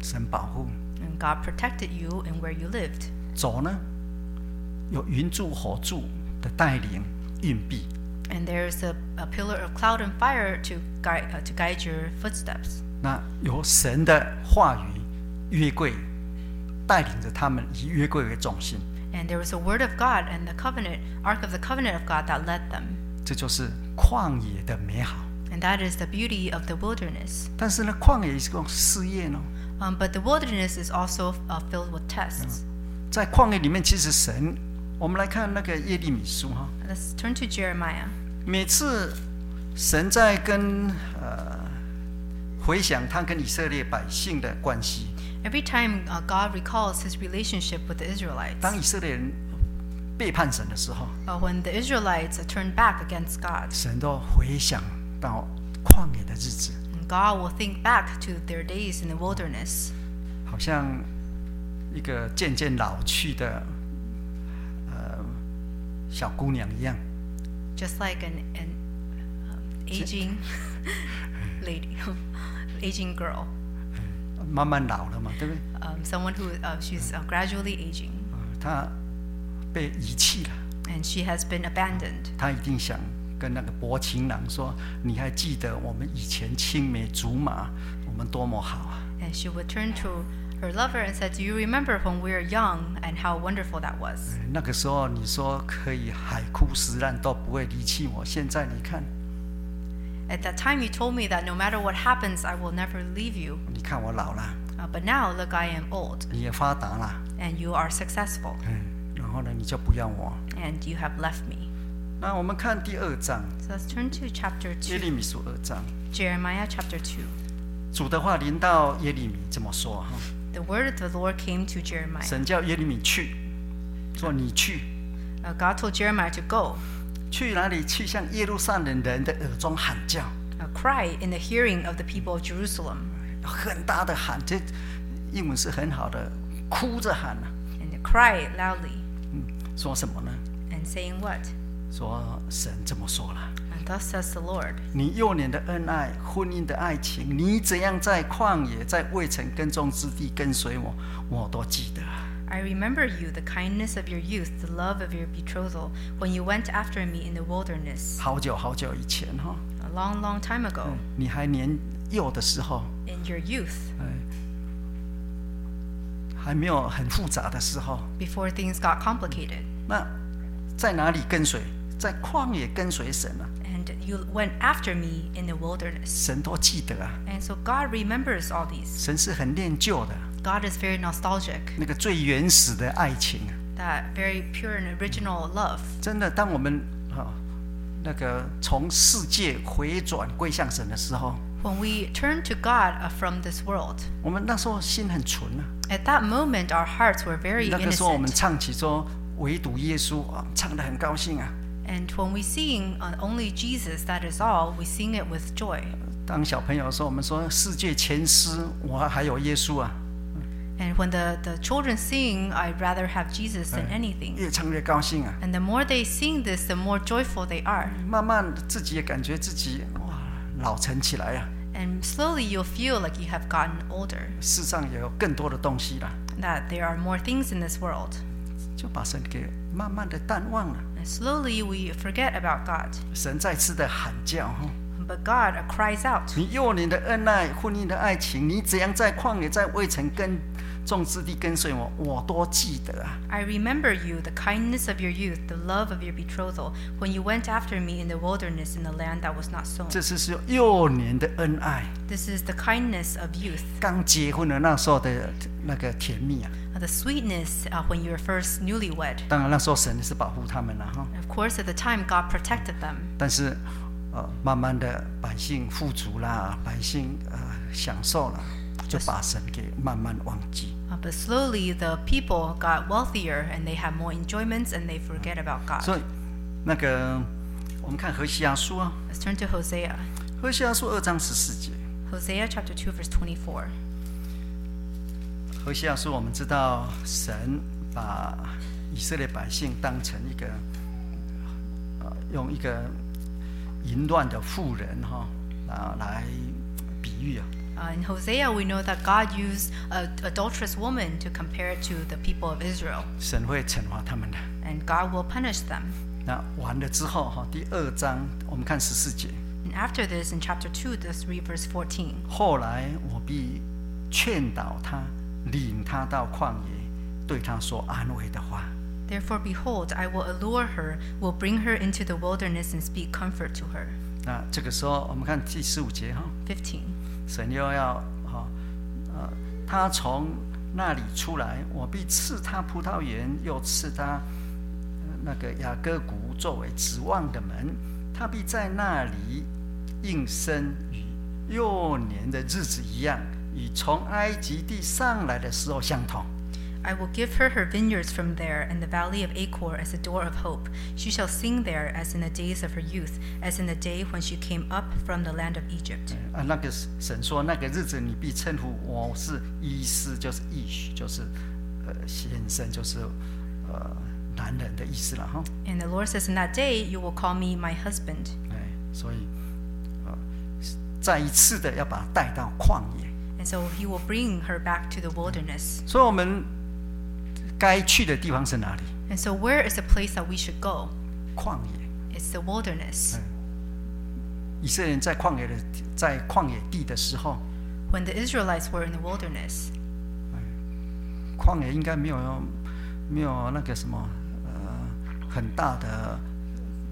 Speaker 1: 神保护，
Speaker 2: and God protected you and where you lived.
Speaker 1: 走呢有云柱火柱的带领运蔽。
Speaker 2: And there's a, a pillar of cloud and fire to guide uh, to guide your footsteps.
Speaker 1: 那由神的话语约柜带领着他们，以约柜为中心，
Speaker 2: And there was a word of God and the covenant, ark of the covenant of God that led them.
Speaker 1: 这就是旷野的美好。
Speaker 2: And that is the beauty of the wilderness.
Speaker 1: 但是呢，旷野也是个试验哦，
Speaker 2: Um, but the wilderness is also uh, filled with tests.
Speaker 1: 在旷野里面，其实神，我们来看那个耶利米书哈，
Speaker 2: Let's turn to Jeremiah.
Speaker 1: 每次神在跟呃回想他跟以色列百姓的关系，
Speaker 2: Every time uh, God recalls his relationship with the Israelites,
Speaker 1: 当以色列人背叛神的时候，
Speaker 2: uh, when the Israelites turned back against God,
Speaker 1: 神都回想到旷野的日子。
Speaker 2: and God will think back to their days in the wilderness.
Speaker 1: 好像一个渐渐老去的呃小姑娘一样，
Speaker 2: just like an, an um, aging lady, aging girl,
Speaker 1: 慢慢老了嘛，对不对？
Speaker 2: um, someone who uh, she's uh, gradually aging
Speaker 1: 啊她被遗弃了，
Speaker 2: and she has been abandoned.
Speaker 1: 她一定想跟那个薄情郎说：“你还记得我们以前青梅竹马，我们多么好啊
Speaker 2: And she would turn to her lover and said, "Do you remember when we were young and how wonderful that！” was?
Speaker 1: 那个时候你说可以海枯石烂都不会离弃我，现在你看，
Speaker 2: At that time, you told me that no matter what happens, I will never leave you.
Speaker 1: 你看我老了，
Speaker 2: Uh, but now, look, I am old,
Speaker 1: 你也发达了，
Speaker 2: and you are successful,
Speaker 1: 嗯，然后呢，你就不要我。
Speaker 2: and you have left me.
Speaker 1: 那我们看第二章，
Speaker 2: So let's turn to chapter
Speaker 1: 耶利
Speaker 2: two,
Speaker 1: 米书二章。
Speaker 2: Jeremiah chapter two.
Speaker 1: 主的话临到耶利米这么说哈，
Speaker 2: The word of the Lord came to Jeremiah.
Speaker 1: 神叫耶利米去，说你去，
Speaker 2: Uh, God told Jeremiah to go,
Speaker 1: 去哪里？去向耶路撒冷人的耳中喊叫，
Speaker 2: uh, cry in the hearing of the people of Jerusalem,
Speaker 1: 很大的喊，这英文是很好的，哭着喊啊，
Speaker 2: and cry loudly,
Speaker 1: 嗯，说什么呢？
Speaker 2: and saying, What?
Speaker 1: 说神这么说了，
Speaker 2: And thus says the Lord
Speaker 1: 你幼年的恩爱，婚姻的爱情，你怎样在旷野，在未曾耕种之地跟随我，我都记得啊。
Speaker 2: I remember you, the kindness of your youth, the love of your betrothal, when you went after me in the wilderness
Speaker 1: 好久好久以前哈，
Speaker 2: a long, long time ago,
Speaker 1: 哦你还年幼的时候，
Speaker 2: in your youth.
Speaker 1: 哎，还没有很复杂的时候，
Speaker 2: before things got complicated.
Speaker 1: 那在哪里跟随？在旷野跟随神啊，
Speaker 2: And you went after me in the wilderness.
Speaker 1: 神都记得啊，
Speaker 2: And so God remembers all these.
Speaker 1: 神是很恋旧的，
Speaker 2: God is very nostalgic,
Speaker 1: 那个最原始的爱情啊，
Speaker 2: that very pure and original love.
Speaker 1: 真的，当我们啊那个从世界回转归向神的时候，
Speaker 2: When we turn to God uh, from this world,
Speaker 1: 我们那时候心很纯啊，
Speaker 2: at that moment our hearts were very
Speaker 1: 那个时候我们
Speaker 2: innocent.
Speaker 1: 唱起说唯独耶稣啊，唱得很高兴啊。
Speaker 2: And when we sing uh, only Jesus, that is all, we sing it with joy.
Speaker 1: 当小朋友的时候，我们说世界前诗，我还有耶稣啊，
Speaker 2: And when the, the children sing, I'd rather have Jesus than anything.
Speaker 1: 越唱越高兴啊。
Speaker 2: And the more they sing this, the more joyful they are.
Speaker 1: 慢慢自己也感觉自己哇老成起来啊，
Speaker 2: And slowly you'll feel like you have gotten older,
Speaker 1: 世上也有更多的东西啦，
Speaker 2: that there are more things in this world.
Speaker 1: 就把神给慢慢的淡忘了。
Speaker 2: And slowly we forget about God.
Speaker 1: 神再次的喊叫哈，
Speaker 2: But God uh, cries out,
Speaker 1: 你幼年的恩爱、婚姻的爱情，你怎样在旷野、在未曾跟众之地跟随我，我都记得啊。
Speaker 2: I remember you, the kindness of your youth, the love of your betrothal, when you went after me in the wilderness in the land that was not sown.
Speaker 1: 这次是幼年的恩爱，
Speaker 2: This is the kindness of youth,
Speaker 1: 刚结婚的那时候的那个甜蜜啊。
Speaker 2: uh, the sweetness uh, when you were first newlywed.
Speaker 1: 当然那时候神是保护他们了、哦哈，
Speaker 2: Of course, at the time, God protected them.
Speaker 1: 但是呃，慢慢的百姓富足啦，百姓呃享受了，就把神给慢慢忘记。
Speaker 2: Uh, but slowly, the people got wealthier and they had more enjoyments and they forget about God.
Speaker 1: 所以那个我们看何西阿书啊，
Speaker 2: Let's turn to Hosea.
Speaker 1: 何西阿书二章十四节。
Speaker 2: Hosea chapter 2, verse 24.
Speaker 1: 何西阿书我们知道，神把以色列百姓当成一个呃用一个淫乱的妇人哈、啊来比喻啊。
Speaker 2: Uh, in Hosea, we know that God used an adulterous woman to compare it to the people of Israel,
Speaker 1: 神会惩罚他们的。
Speaker 2: and God will punish them.
Speaker 1: 那完了之后哈，第二章我们看十四节，
Speaker 2: And after this, in chapter 2, this read verse 14.
Speaker 1: 后来我必劝导他，领他到旷野，对他说安慰的话。
Speaker 2: Therefore, behold, I will allure her, will bring her into the wilderness and speak comfort to her.
Speaker 1: 那这个时候我们看第十五节哈，
Speaker 2: 15.
Speaker 1: 神又要哈呃，他从那里出来，我必赐他葡萄园，又赐他呃那个雅各谷作为指望的门，他必在那里应声与幼年的日子一样，与从埃及地上来的时候相同。
Speaker 2: I will give her her vineyards from there and the valley of Acor as a door of hope. She shall sing there as in the days of her youth, as in the day when she came up from the land of Egypt.
Speaker 1: 啊，那个神说，那个日子你必称呼我是医师，就是医许，就是呃先生，就是呃男人的意思了哈。
Speaker 2: And the Lord says, In that day you will call me my husband.
Speaker 1: 哎，所以呃再一次的要把他带到旷野。
Speaker 2: And so he will bring her back to the wilderness.
Speaker 1: 所以我们该去的地方是哪里？
Speaker 2: And so, where is the place that we should go?
Speaker 1: 旷野。
Speaker 2: It's the wilderness.
Speaker 1: 以色列人在旷野的在旷野地的时候，
Speaker 2: When the Israelites were in the wilderness,
Speaker 1: 旷野应该没有没有那个什么呃很大的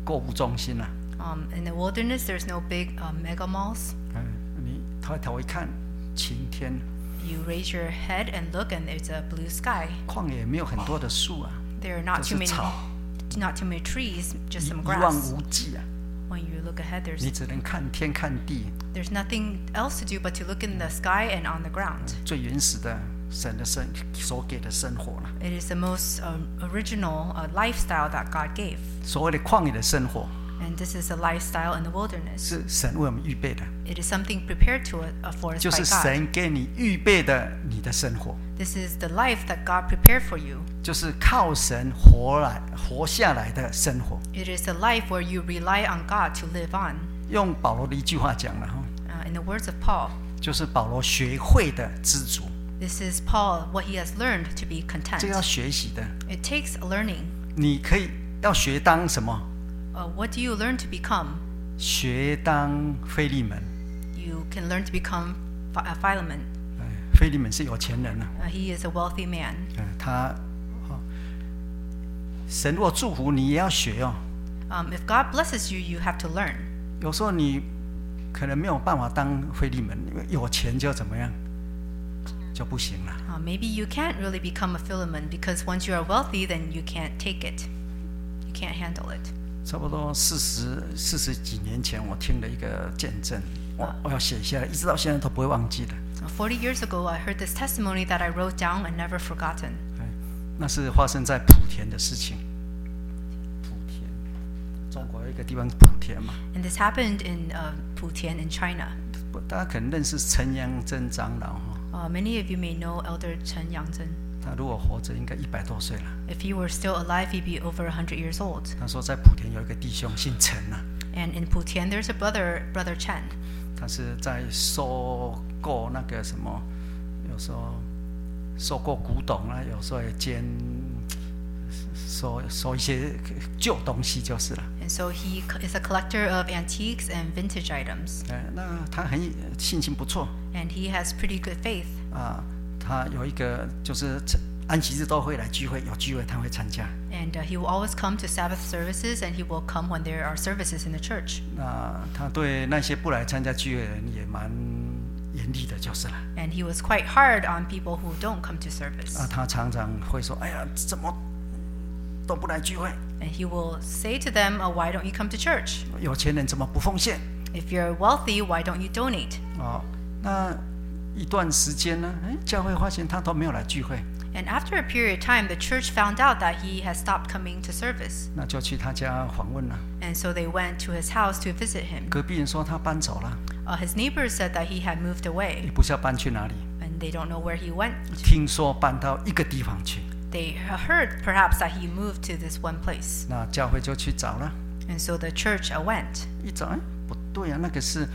Speaker 1: 购物中心啊。
Speaker 2: um, in the wilderness, there's no big um, mega malls.
Speaker 1: 嗯，你抬头一看，晴天，
Speaker 2: You raise your head and look, and there's a blue sky.
Speaker 1: 旷野没有很多的树啊，
Speaker 2: There are not too
Speaker 1: 都是
Speaker 2: many,
Speaker 1: 草
Speaker 2: not too many trees,
Speaker 1: 一
Speaker 2: just
Speaker 1: 一
Speaker 2: some
Speaker 1: 望
Speaker 2: grass.
Speaker 1: 无际啊，
Speaker 2: When you look ahead, there's
Speaker 1: 你只能看天看地，
Speaker 2: there's nothing else to do but to look in the sky and on the ground.
Speaker 1: 最原始的神的生所给的生活了。
Speaker 2: It is the most um, original uh, lifestyle that God gave,
Speaker 1: 所谓的旷野的生活，
Speaker 2: and this is a lifestyle in the wilderness.
Speaker 1: 是神为我们预备的，
Speaker 2: It is something prepared to uh, for us
Speaker 1: 就
Speaker 2: by
Speaker 1: 是
Speaker 2: God.
Speaker 1: 神给你预备的你的生活，
Speaker 2: This is the life that God prepared for you.
Speaker 1: 就是靠神活来活下来的生活。
Speaker 2: It is a life where you rely on God to live on.
Speaker 1: 用保罗的一句话讲了哈，
Speaker 2: Uh, in the words of Paul,
Speaker 1: 就是保罗学会的知足，
Speaker 2: this is Paul what he has learned to be content.
Speaker 1: 这个要学习的。
Speaker 2: It takes learning.
Speaker 1: 你可以要学当什么？
Speaker 2: Uh, what do you learn to become?
Speaker 1: 学当菲利门，
Speaker 2: You can learn to become Phi- uh, Philemon.
Speaker 1: 哎，菲利门是有钱人啊，
Speaker 2: Uh, he is a wealthy man.
Speaker 1: 呃，他，哦，神若祝福你，也要学哦。
Speaker 2: Um, if God blesses you, you have to learn.
Speaker 1: 有时候你可能没有办法当菲利门，因为有钱就怎么样，就不行了。
Speaker 2: Uh, maybe you can't really become a Philemon because once you are wealthy, then you can't take it. You can't handle it.
Speaker 1: 差不多四十四十几年前，我听了一个见证，我我要写下来，一直到现在都不会忘记的。
Speaker 2: Uh, 40 years ago, I heard this testimony that I wrote down and never forgotten.
Speaker 1: 哎，那是发生在莆田的事情。莆田，中国有一个地方是莆田嘛，
Speaker 2: And this happened in uh, Putian in China.
Speaker 1: 不大家可能认识陈阳真长老哈，
Speaker 2: Uh, many of you may know Elder Chen Yangzhen.
Speaker 1: 他如果活着应该一百多岁了。
Speaker 2: If he were still alive, he'd be over 100 years old.
Speaker 1: 他说在莆田有一个弟兄姓陈啊，
Speaker 2: And in Putian, there's a brother, Brother Chen.
Speaker 1: 他是在收购那个什么，有时候收购古董啊，有时候也兼收收一些旧东西就是了。
Speaker 2: And so he c- is a collector of antiques and vintage items.
Speaker 1: 哎，那他很信心不错
Speaker 2: And he has pretty good faith.
Speaker 1: 啊，他有一个就是安息日都会来聚会，有聚会他会参加。
Speaker 2: And uh, he will always come to Sabbath services, and he will come when there are services in the church.
Speaker 1: 那他对那些不来参加聚会的人也蛮严厉的，就是了。
Speaker 2: And he was quite hard on people who don't come to service.
Speaker 1: 啊，他常常会说：“哎呀，怎么都不来聚会？
Speaker 2: And he will say to them, oh, Why don't you come to church?
Speaker 1: 有钱人怎么不奉献？”
Speaker 2: If you're wealthy, why don't you donate?
Speaker 1: 哦，那一段时间呢，哎，教会发现他都没有来聚会，
Speaker 2: And after a period of time, the church found out that he has stopped coming to service.
Speaker 1: 那就去他家访问了。
Speaker 2: And so they went to his house to visit him.
Speaker 1: 隔壁人说他搬走了，
Speaker 2: Uh, his neighbors said that he had moved
Speaker 1: 也
Speaker 2: away,
Speaker 1: 不知道搬去哪里。
Speaker 2: and they don't know where he went.
Speaker 1: 听说搬到一个地方去，
Speaker 2: They heard perhaps that he moved to this one place.
Speaker 1: 那教会就去找了。
Speaker 2: And so the church uh, went.
Speaker 1: 一找，哎，不对啊，那个是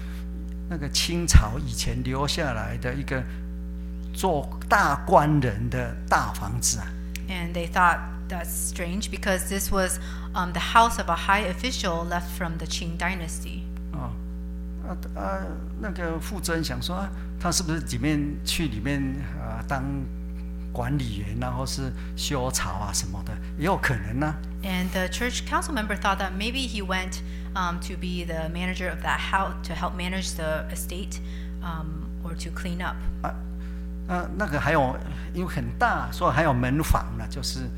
Speaker 1: 那个清朝以前留下来的一个做大官人的大房子啊。
Speaker 2: And they thought that's strange because this was um, the house of a high official left from the Qing dynasty.
Speaker 1: 哦，啊啊，那个负责人想说，啊、他是不是里面去里面啊当管理员，然后是修草啊什么的，也有可能呢、啊
Speaker 2: And the church council member thought that maybe he went um, to be the manager of that house to help manage the estate um, or to clean up.
Speaker 1: 啊，那个还有因为很大，所以还有门房呢、就是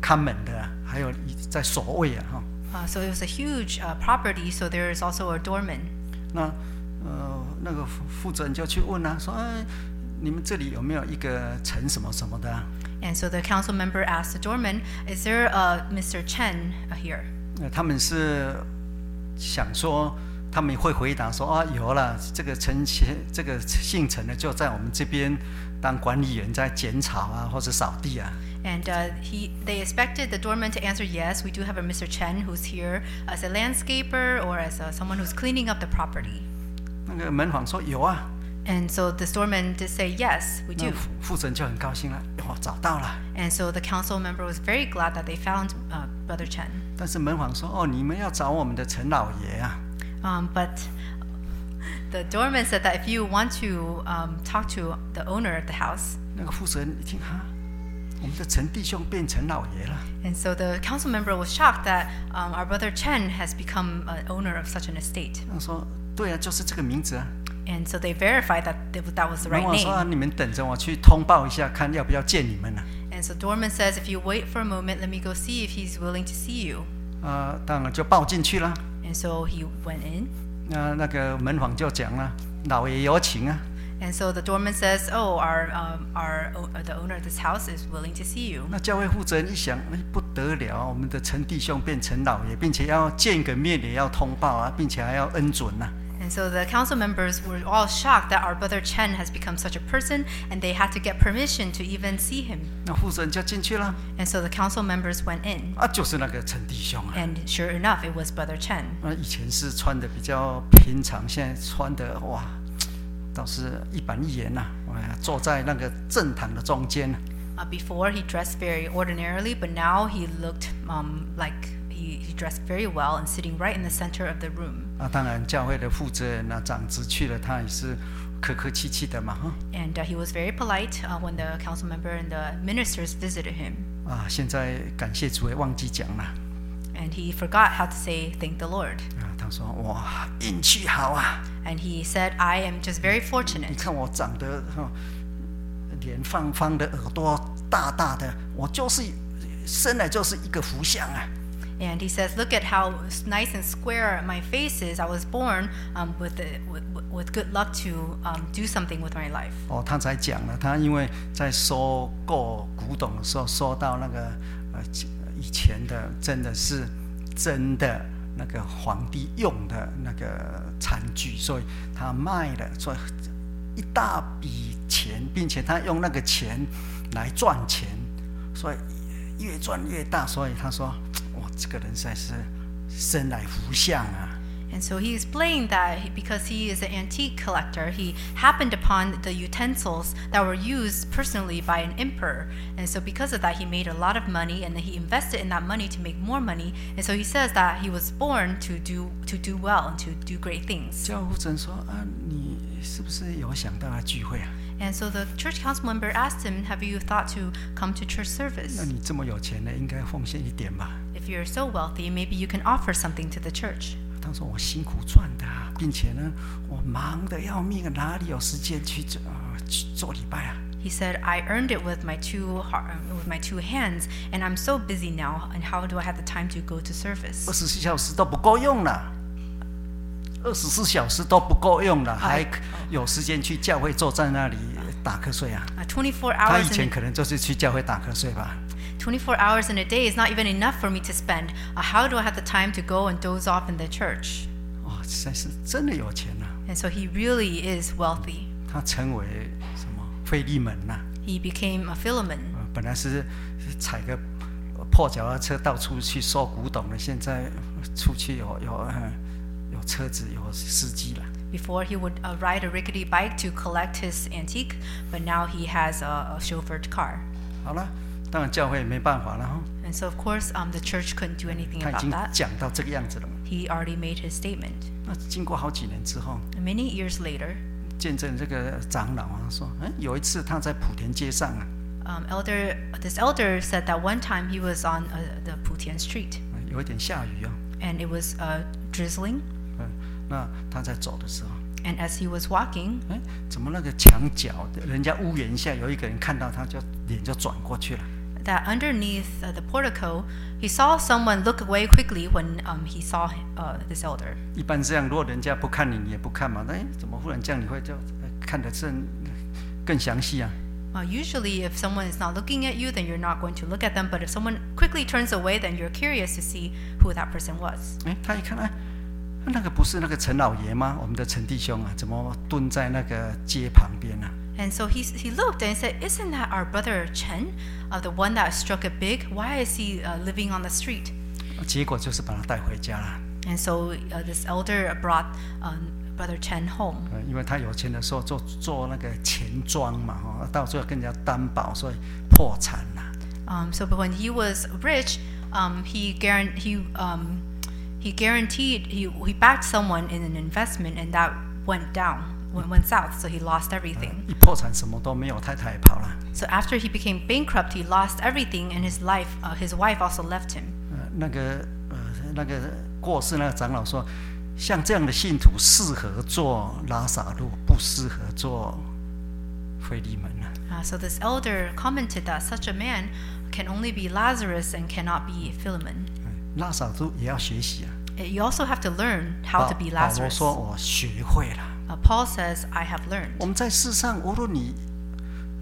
Speaker 1: 看门的啊、还有一在守卫啊哈、
Speaker 2: Uh, so it was a huge uh, property, so there is also a doorman.
Speaker 1: 那呃那个负负责人就去问啊，说哎，你们这里有没有一个陈什么什么的、啊？
Speaker 2: And so the council member asked the doorman, Is there a Mr. Chen uh, here?
Speaker 1: 呃，他们是想说，他们会回答说啊，有了，这个陈前这个姓陈的就在我们这边当管理员，在剪草啊或者扫地啊。
Speaker 2: And uh, he, they expected the doorman to answer, Yes, we do have a Mr. Chen who's here as a landscaper or as uh someone who's cleaning up the property.
Speaker 1: 那个门房说有啊，
Speaker 2: And so the doorman did say, Yes, we
Speaker 1: 那
Speaker 2: do.
Speaker 1: 副副神就很高兴了，哦，找到了。
Speaker 2: And so the council member was very glad that they found uh, Brother Chen.
Speaker 1: 但是门房说哦，你们要找我们的陈老爷啊。
Speaker 2: Um, but the doorman said that if you want to um, talk to the owner of the house,
Speaker 1: 那个副神一听哈，我们的陈弟兄变陈老爷了。
Speaker 2: and so the council member was shocked that um, our brother Chen has become an owner of such an estate.
Speaker 1: 他说对啊，就是这个名字啊。
Speaker 2: And so they verified that th- that was the
Speaker 1: 门
Speaker 2: right
Speaker 1: 房说啊，
Speaker 2: name.
Speaker 1: 你们等着我去通报一下，看要不要见你们呢、啊。
Speaker 2: And so Dorman says, if you wait for a moment, let me go see if he's willing to see you.
Speaker 1: 啊、当然就报进去了。
Speaker 2: And so he went in.
Speaker 1: 那那个门房就讲了，老爷有请啊。
Speaker 2: And so the doorman says, oh, our, um, our, o- uh, the owner of this house is willing to see you.
Speaker 1: 那教会负责人一想，哎，不得了，我们的陈弟兄变成老爷，并且要见个面也要通报啊，并且还要恩准啊呐、
Speaker 2: And so the council members were all shocked that our brother Chen has become such a person, and they had to get permission to even see him.
Speaker 1: 那负责人就进去了，
Speaker 2: And so the council members went in,
Speaker 1: 啊，就是那个陈弟兄啊。
Speaker 2: and sure enough, it was Brother Chen.
Speaker 1: 那以前是穿的比较平常，现在穿的哇，倒是一板一眼呐、哎呀，坐在那个正堂的中间、啊。
Speaker 2: Uh, before he dressed very ordinarily, but now he looked um, like he He, he dressed very well and sitting right in the center of the room.
Speaker 1: 啊，当然教会的负责人啊、长子去了，他也是客客气气的嘛，哈。
Speaker 2: And uh, he was very polite uh, when the council member and the ministers visited him.
Speaker 1: 啊，现在感谢主也忘记讲了。
Speaker 2: And he forgot how to say, Thank the Lord.
Speaker 1: 啊，他说哇，运气好啊！
Speaker 2: And he said, I am just very
Speaker 1: 你
Speaker 2: fortunate.
Speaker 1: 看我长得哈、脸方方的，耳朵大大的，我就是生来就是一个福相啊！
Speaker 2: And he says, Look at how s- nice and square my face is. I was born um, with, the, with, with good luck to um, do something with my life.
Speaker 1: 哦，他才讲了，他因为在收购古董的时候，收到那个呃以前的真的是真的那个皇帝用的那个餐具，所以他卖了，所以一大笔钱，并且他用那个钱来赚钱，所以越赚越大，所以他说，哇，这个人实在是生来福相啊。
Speaker 2: And so he is playing that he- because he is an antique collector. He happened upon the utensils that were used personally by an emperor. And so because of that, he made a lot of money and then he invested in that money to make more money. And so he says that he was born to do, to do well and to do great things.
Speaker 1: 教务长说啊，你是不是有想到来聚会啊？
Speaker 2: And so the church council member asked him, Have you thought to come to church
Speaker 1: 那
Speaker 2: service?
Speaker 1: 你这么有钱呢，应该奉献一点吧？
Speaker 2: If you're so wealthy, maybe you can offer something to the church.
Speaker 1: 他说我辛苦赚的啊、并且呢，我忙得要命，啊，哪里有时间去做、呃去做礼拜啊？
Speaker 2: He said, "I earned it with my two har- with my two hands, and I'm so busy now. And how do I have the time to go to
Speaker 1: 二
Speaker 2: service?
Speaker 1: 十四小时都不够用了，二十四小时都不够用了，还有时间去教会坐在那里打瞌睡啊？
Speaker 2: Uh, 24
Speaker 1: 他以
Speaker 2: hours
Speaker 1: 前
Speaker 2: in
Speaker 1: 可能就是去教会打瞌睡吧？
Speaker 2: 24 hours in a day is not even enough for me to spend. Uh, how do I have the time to go and doze off in the church?"
Speaker 1: 哦，实在是真的有钱了、啊
Speaker 2: And so he really is wealthy.
Speaker 1: 他成为什么费利门啊呐、
Speaker 2: He became a Philemon.
Speaker 1: 呃本来是是踩个破脚踏车到处去收古董的，现在出去有有呃有车子有司机了。
Speaker 2: Before he would uh, ride a rickety bike to collect his antique, but now he has a, a chauffeured car.
Speaker 1: 好了，当然教会也没办法了哈，
Speaker 2: And so, of course, um, the church couldn't do anything
Speaker 1: 他已
Speaker 2: about
Speaker 1: 经
Speaker 2: that.
Speaker 1: 讲到这个样子了嘛。
Speaker 2: He already made his statement.
Speaker 1: 那经过好几年之后，
Speaker 2: Many years later,
Speaker 1: 见证这个长老啊说，哎，有一次他在莆田街上啊，
Speaker 2: um, elder this elder said that one time he was on uh, the Putian street
Speaker 1: 呃有一点下雨哦，
Speaker 2: and it was uh, drizzling
Speaker 1: 嗯，那他在走的时候，
Speaker 2: and as he was walking
Speaker 1: 哎，怎么那个墙角的人家屋檐下有一个人看到他就脸就转过去了。
Speaker 2: that underneath uh, the portico he saw someone look away quickly when um, he saw uh, this elder
Speaker 1: 一般这样，如果人家不看你，你也不看嘛。那哎，怎么忽然这样？你会就呃看得更更详细啊？
Speaker 2: uh, usually if someone is not looking at you then you're not going to look at them but if someone quickly turns away then you're curious to see who that person was
Speaker 1: 哎，他一看，哎，那个不是那个陈老爷吗？我们的陈弟兄啊，怎么蹲在那个街旁边啊呢、
Speaker 2: and so he, he looked and said isn't that our brother chen uh, the one that struck it big why is he uh, living on the street
Speaker 1: 结果就是把他带回家了。
Speaker 2: And so uh, this elder brought um, Brother Chen home.
Speaker 1: 呃，因为他有钱的时候做做那个钱庄嘛，哦，到最后更加担保，所以破产了。
Speaker 2: Um, so, but when he was rich, um, he guaran he um, he guaranteed he he backed someone in an investment, and that went down, went, went south. So he lost everything.
Speaker 1: 一破产什么都没有，太太也跑了。
Speaker 2: So after he became bankrupt, he lost everything, and his life, uh, his wife also left him.
Speaker 1: 呃，那个呃，那个过世那个长老说，像这样的信徒适合做拉萨路，不适合做腓利门啊。
Speaker 2: Uh, so this elder commented that such a man can only be Lazarus and cannot be Philemon. Uh,
Speaker 1: 嗯拉萨路也要学习啊。
Speaker 2: You also have to learn how
Speaker 1: 保
Speaker 2: to be
Speaker 1: 保罗
Speaker 2: Lazarus.
Speaker 1: 说：“我学会了。
Speaker 2: Uh, Paul says, "I have learned."
Speaker 1: 我们在世上，无论你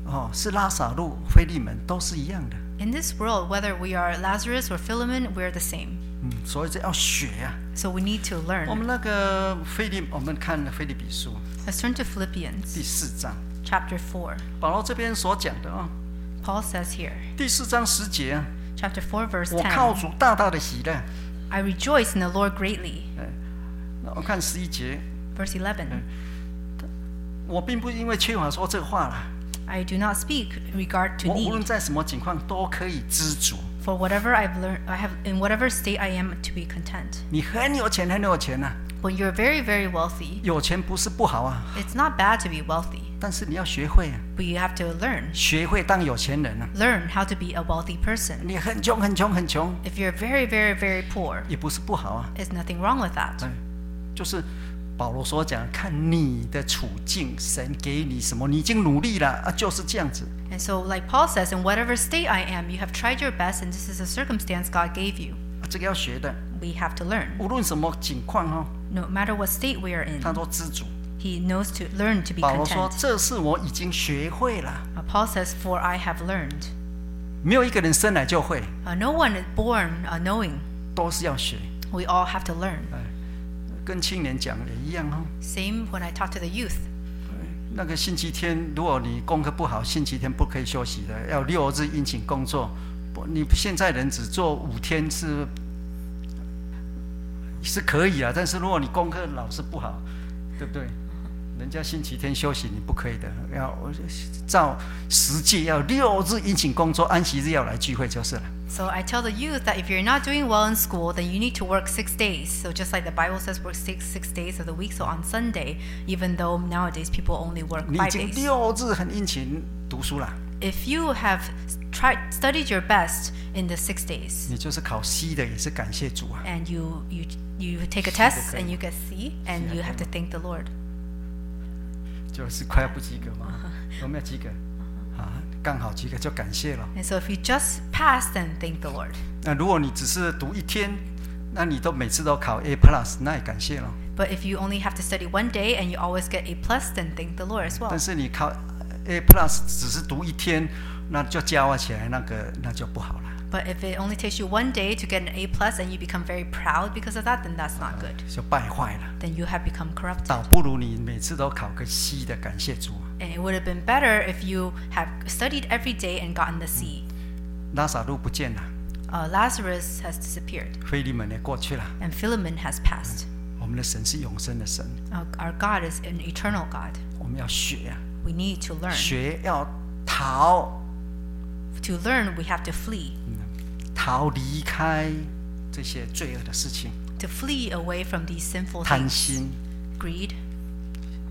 Speaker 1: 哦是拉萨路、腓利门，都是一样的。
Speaker 2: In this world, whether we are Lazarus or Philemon, we're the same.
Speaker 1: 嗯，所以这要学啊。
Speaker 2: So we need to
Speaker 1: 我
Speaker 2: learn.
Speaker 1: 们那个腓利，我们看《腓利比书》
Speaker 2: Let's turn to
Speaker 1: 第
Speaker 2: Philippians
Speaker 1: 四章，
Speaker 2: chapter 4.
Speaker 1: 保罗这边所讲的啊、
Speaker 2: Paul says here,
Speaker 1: 第四章十节啊，
Speaker 2: chapter 4, verse
Speaker 1: 我靠
Speaker 2: 10,
Speaker 1: 主大大的喜乐。”
Speaker 2: I rejoice in the Lord greatly.
Speaker 1: 那我看十一节，
Speaker 2: Verse 11,
Speaker 1: 我并不因为缺乏说这话啦，
Speaker 2: I do not speak regard to
Speaker 1: 我无论
Speaker 2: need,
Speaker 1: 在什么情况都可以知足。
Speaker 2: For whatever I've learned, I have in whatever state I am to be content.
Speaker 1: 你很有钱，很有钱呐、啊
Speaker 2: When you're very, very wealthy,
Speaker 1: 有钱不是不好啊，
Speaker 2: it's not bad to be wealthy,
Speaker 1: 但是你要学会啊，
Speaker 2: but you have to learn.
Speaker 1: 学会当有钱人啊。
Speaker 2: Learn how to be a wealthy person.
Speaker 1: 你很穷，很穷，很穷，
Speaker 2: If you're very, very, very poor,
Speaker 1: 也不是不好啊。
Speaker 2: there's nothing wrong with that.
Speaker 1: 哎，就是保罗所讲，看你的处境，神给你什么，你已经努力了啊，就是这样子。
Speaker 2: And so, like Paul says, in whatever state I am, you have tried your best, and this is a circumstance God gave you.
Speaker 1: 啊这个要学的，
Speaker 2: We have to learn.
Speaker 1: 无论什么情况哦，
Speaker 2: No matter what state we are in,
Speaker 1: 他说知足。
Speaker 2: he knows to learn to be
Speaker 1: 保罗说：“
Speaker 2: content.
Speaker 1: 这是我已经学会了，
Speaker 2: Uh, Paul says, For I have learned.
Speaker 1: 没有一个人生来就会，
Speaker 2: Uh, no one is born uh, knowing.
Speaker 1: 都是要学。
Speaker 2: We all have to learn.
Speaker 1: 跟青年讲也一样哦。
Speaker 2: Same when I talk to the youth.
Speaker 1: 那个星期天，如果你功课不好，星期天不可以休息的，要六日殷勤工作。不，你现在人只做五天是是可以啊，但是如果你功课老是不好，对不对？人家星期天休息你不可以的，要照实际要六日殷勤工作，安息日要来聚会就是了。
Speaker 2: So I tell the youth that if you're not doing well in school, then you need to work six days. So just like the Bible says, work six six days of the week. So on Sunday, even though nowadays people only work
Speaker 1: 你已
Speaker 2: five
Speaker 1: 经
Speaker 2: days.
Speaker 1: 六日很殷勤读书了，
Speaker 2: If you have tried studied your best in the six days,
Speaker 1: 你就是考 C 的，也是感谢主啊。
Speaker 2: and you you you take
Speaker 1: See the
Speaker 2: a test
Speaker 1: grade.
Speaker 2: and you get C, and
Speaker 1: See, I
Speaker 2: you have to
Speaker 1: cannot.
Speaker 2: thank the Lord.
Speaker 1: 就是快要不及格嘛，有没有及格？啊，刚好及格就感谢了。
Speaker 2: And so if you just pass, then thank the Lord.
Speaker 1: 那如果你只是读一天，那你都每次都考 A plus，那也感谢了。
Speaker 2: But if you only have to study one day and you always get A plus, then thank the Lord as
Speaker 1: 但
Speaker 2: well.
Speaker 1: 是你考 A plus 只是读一天，那就加化起来，那个那就不好了。
Speaker 2: But if it only takes you one day to get an A plus and you become very proud because of that, then that's not good.
Speaker 1: 就败坏了。
Speaker 2: Then you have become corrupted.
Speaker 1: 倒不如你每次都考个 C 的，感谢主啊。
Speaker 2: And it would have been better if you have studied every day and gotten the C.
Speaker 1: 拉萨路不见了，
Speaker 2: Uh, Lazarus has disappeared
Speaker 1: 菲利门也过去了。
Speaker 2: and Philemon has passed.
Speaker 1: 我们的神是永生的神，
Speaker 2: Uh, our God is an eternal God.
Speaker 1: 我们要学啊，
Speaker 2: We need to learn.
Speaker 1: 学要逃，
Speaker 2: To learn, we have to flee,
Speaker 1: 逃离开这些罪恶的事情，
Speaker 2: to flee away from these sinful
Speaker 1: 贪
Speaker 2: things
Speaker 1: 心、
Speaker 2: greed,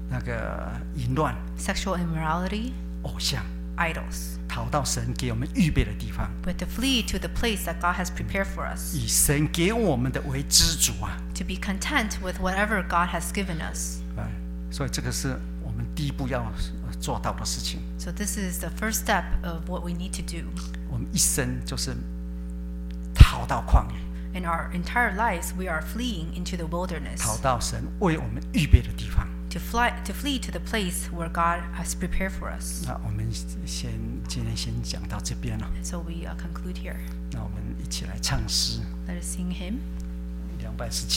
Speaker 1: 那个淫乱、
Speaker 2: sexual immorality,
Speaker 1: 偶像，
Speaker 2: idols.
Speaker 1: 逃到神给我们预备的地方，
Speaker 2: We have to flee to the place that God has prepared for us,
Speaker 1: 以神给我们的为知足啊！
Speaker 2: to be content with whatever God has given us.
Speaker 1: 哎，所以这个是我们第一步要呃做到的事情。
Speaker 2: So, this is the first step of what we need to do.
Speaker 1: 我们一生就是逃到旷野，
Speaker 2: In our entire lives, we are fleeing into the wilderness
Speaker 1: 逃到神为我们预备的地方。
Speaker 2: to fly to flee to the place where God has prepared for us.
Speaker 1: 那我们先今天先讲到这边了，
Speaker 2: And so we uh, conclude here.
Speaker 1: 那我们一起来唱诗
Speaker 2: Let us sing hymn.
Speaker 1: 两百十七。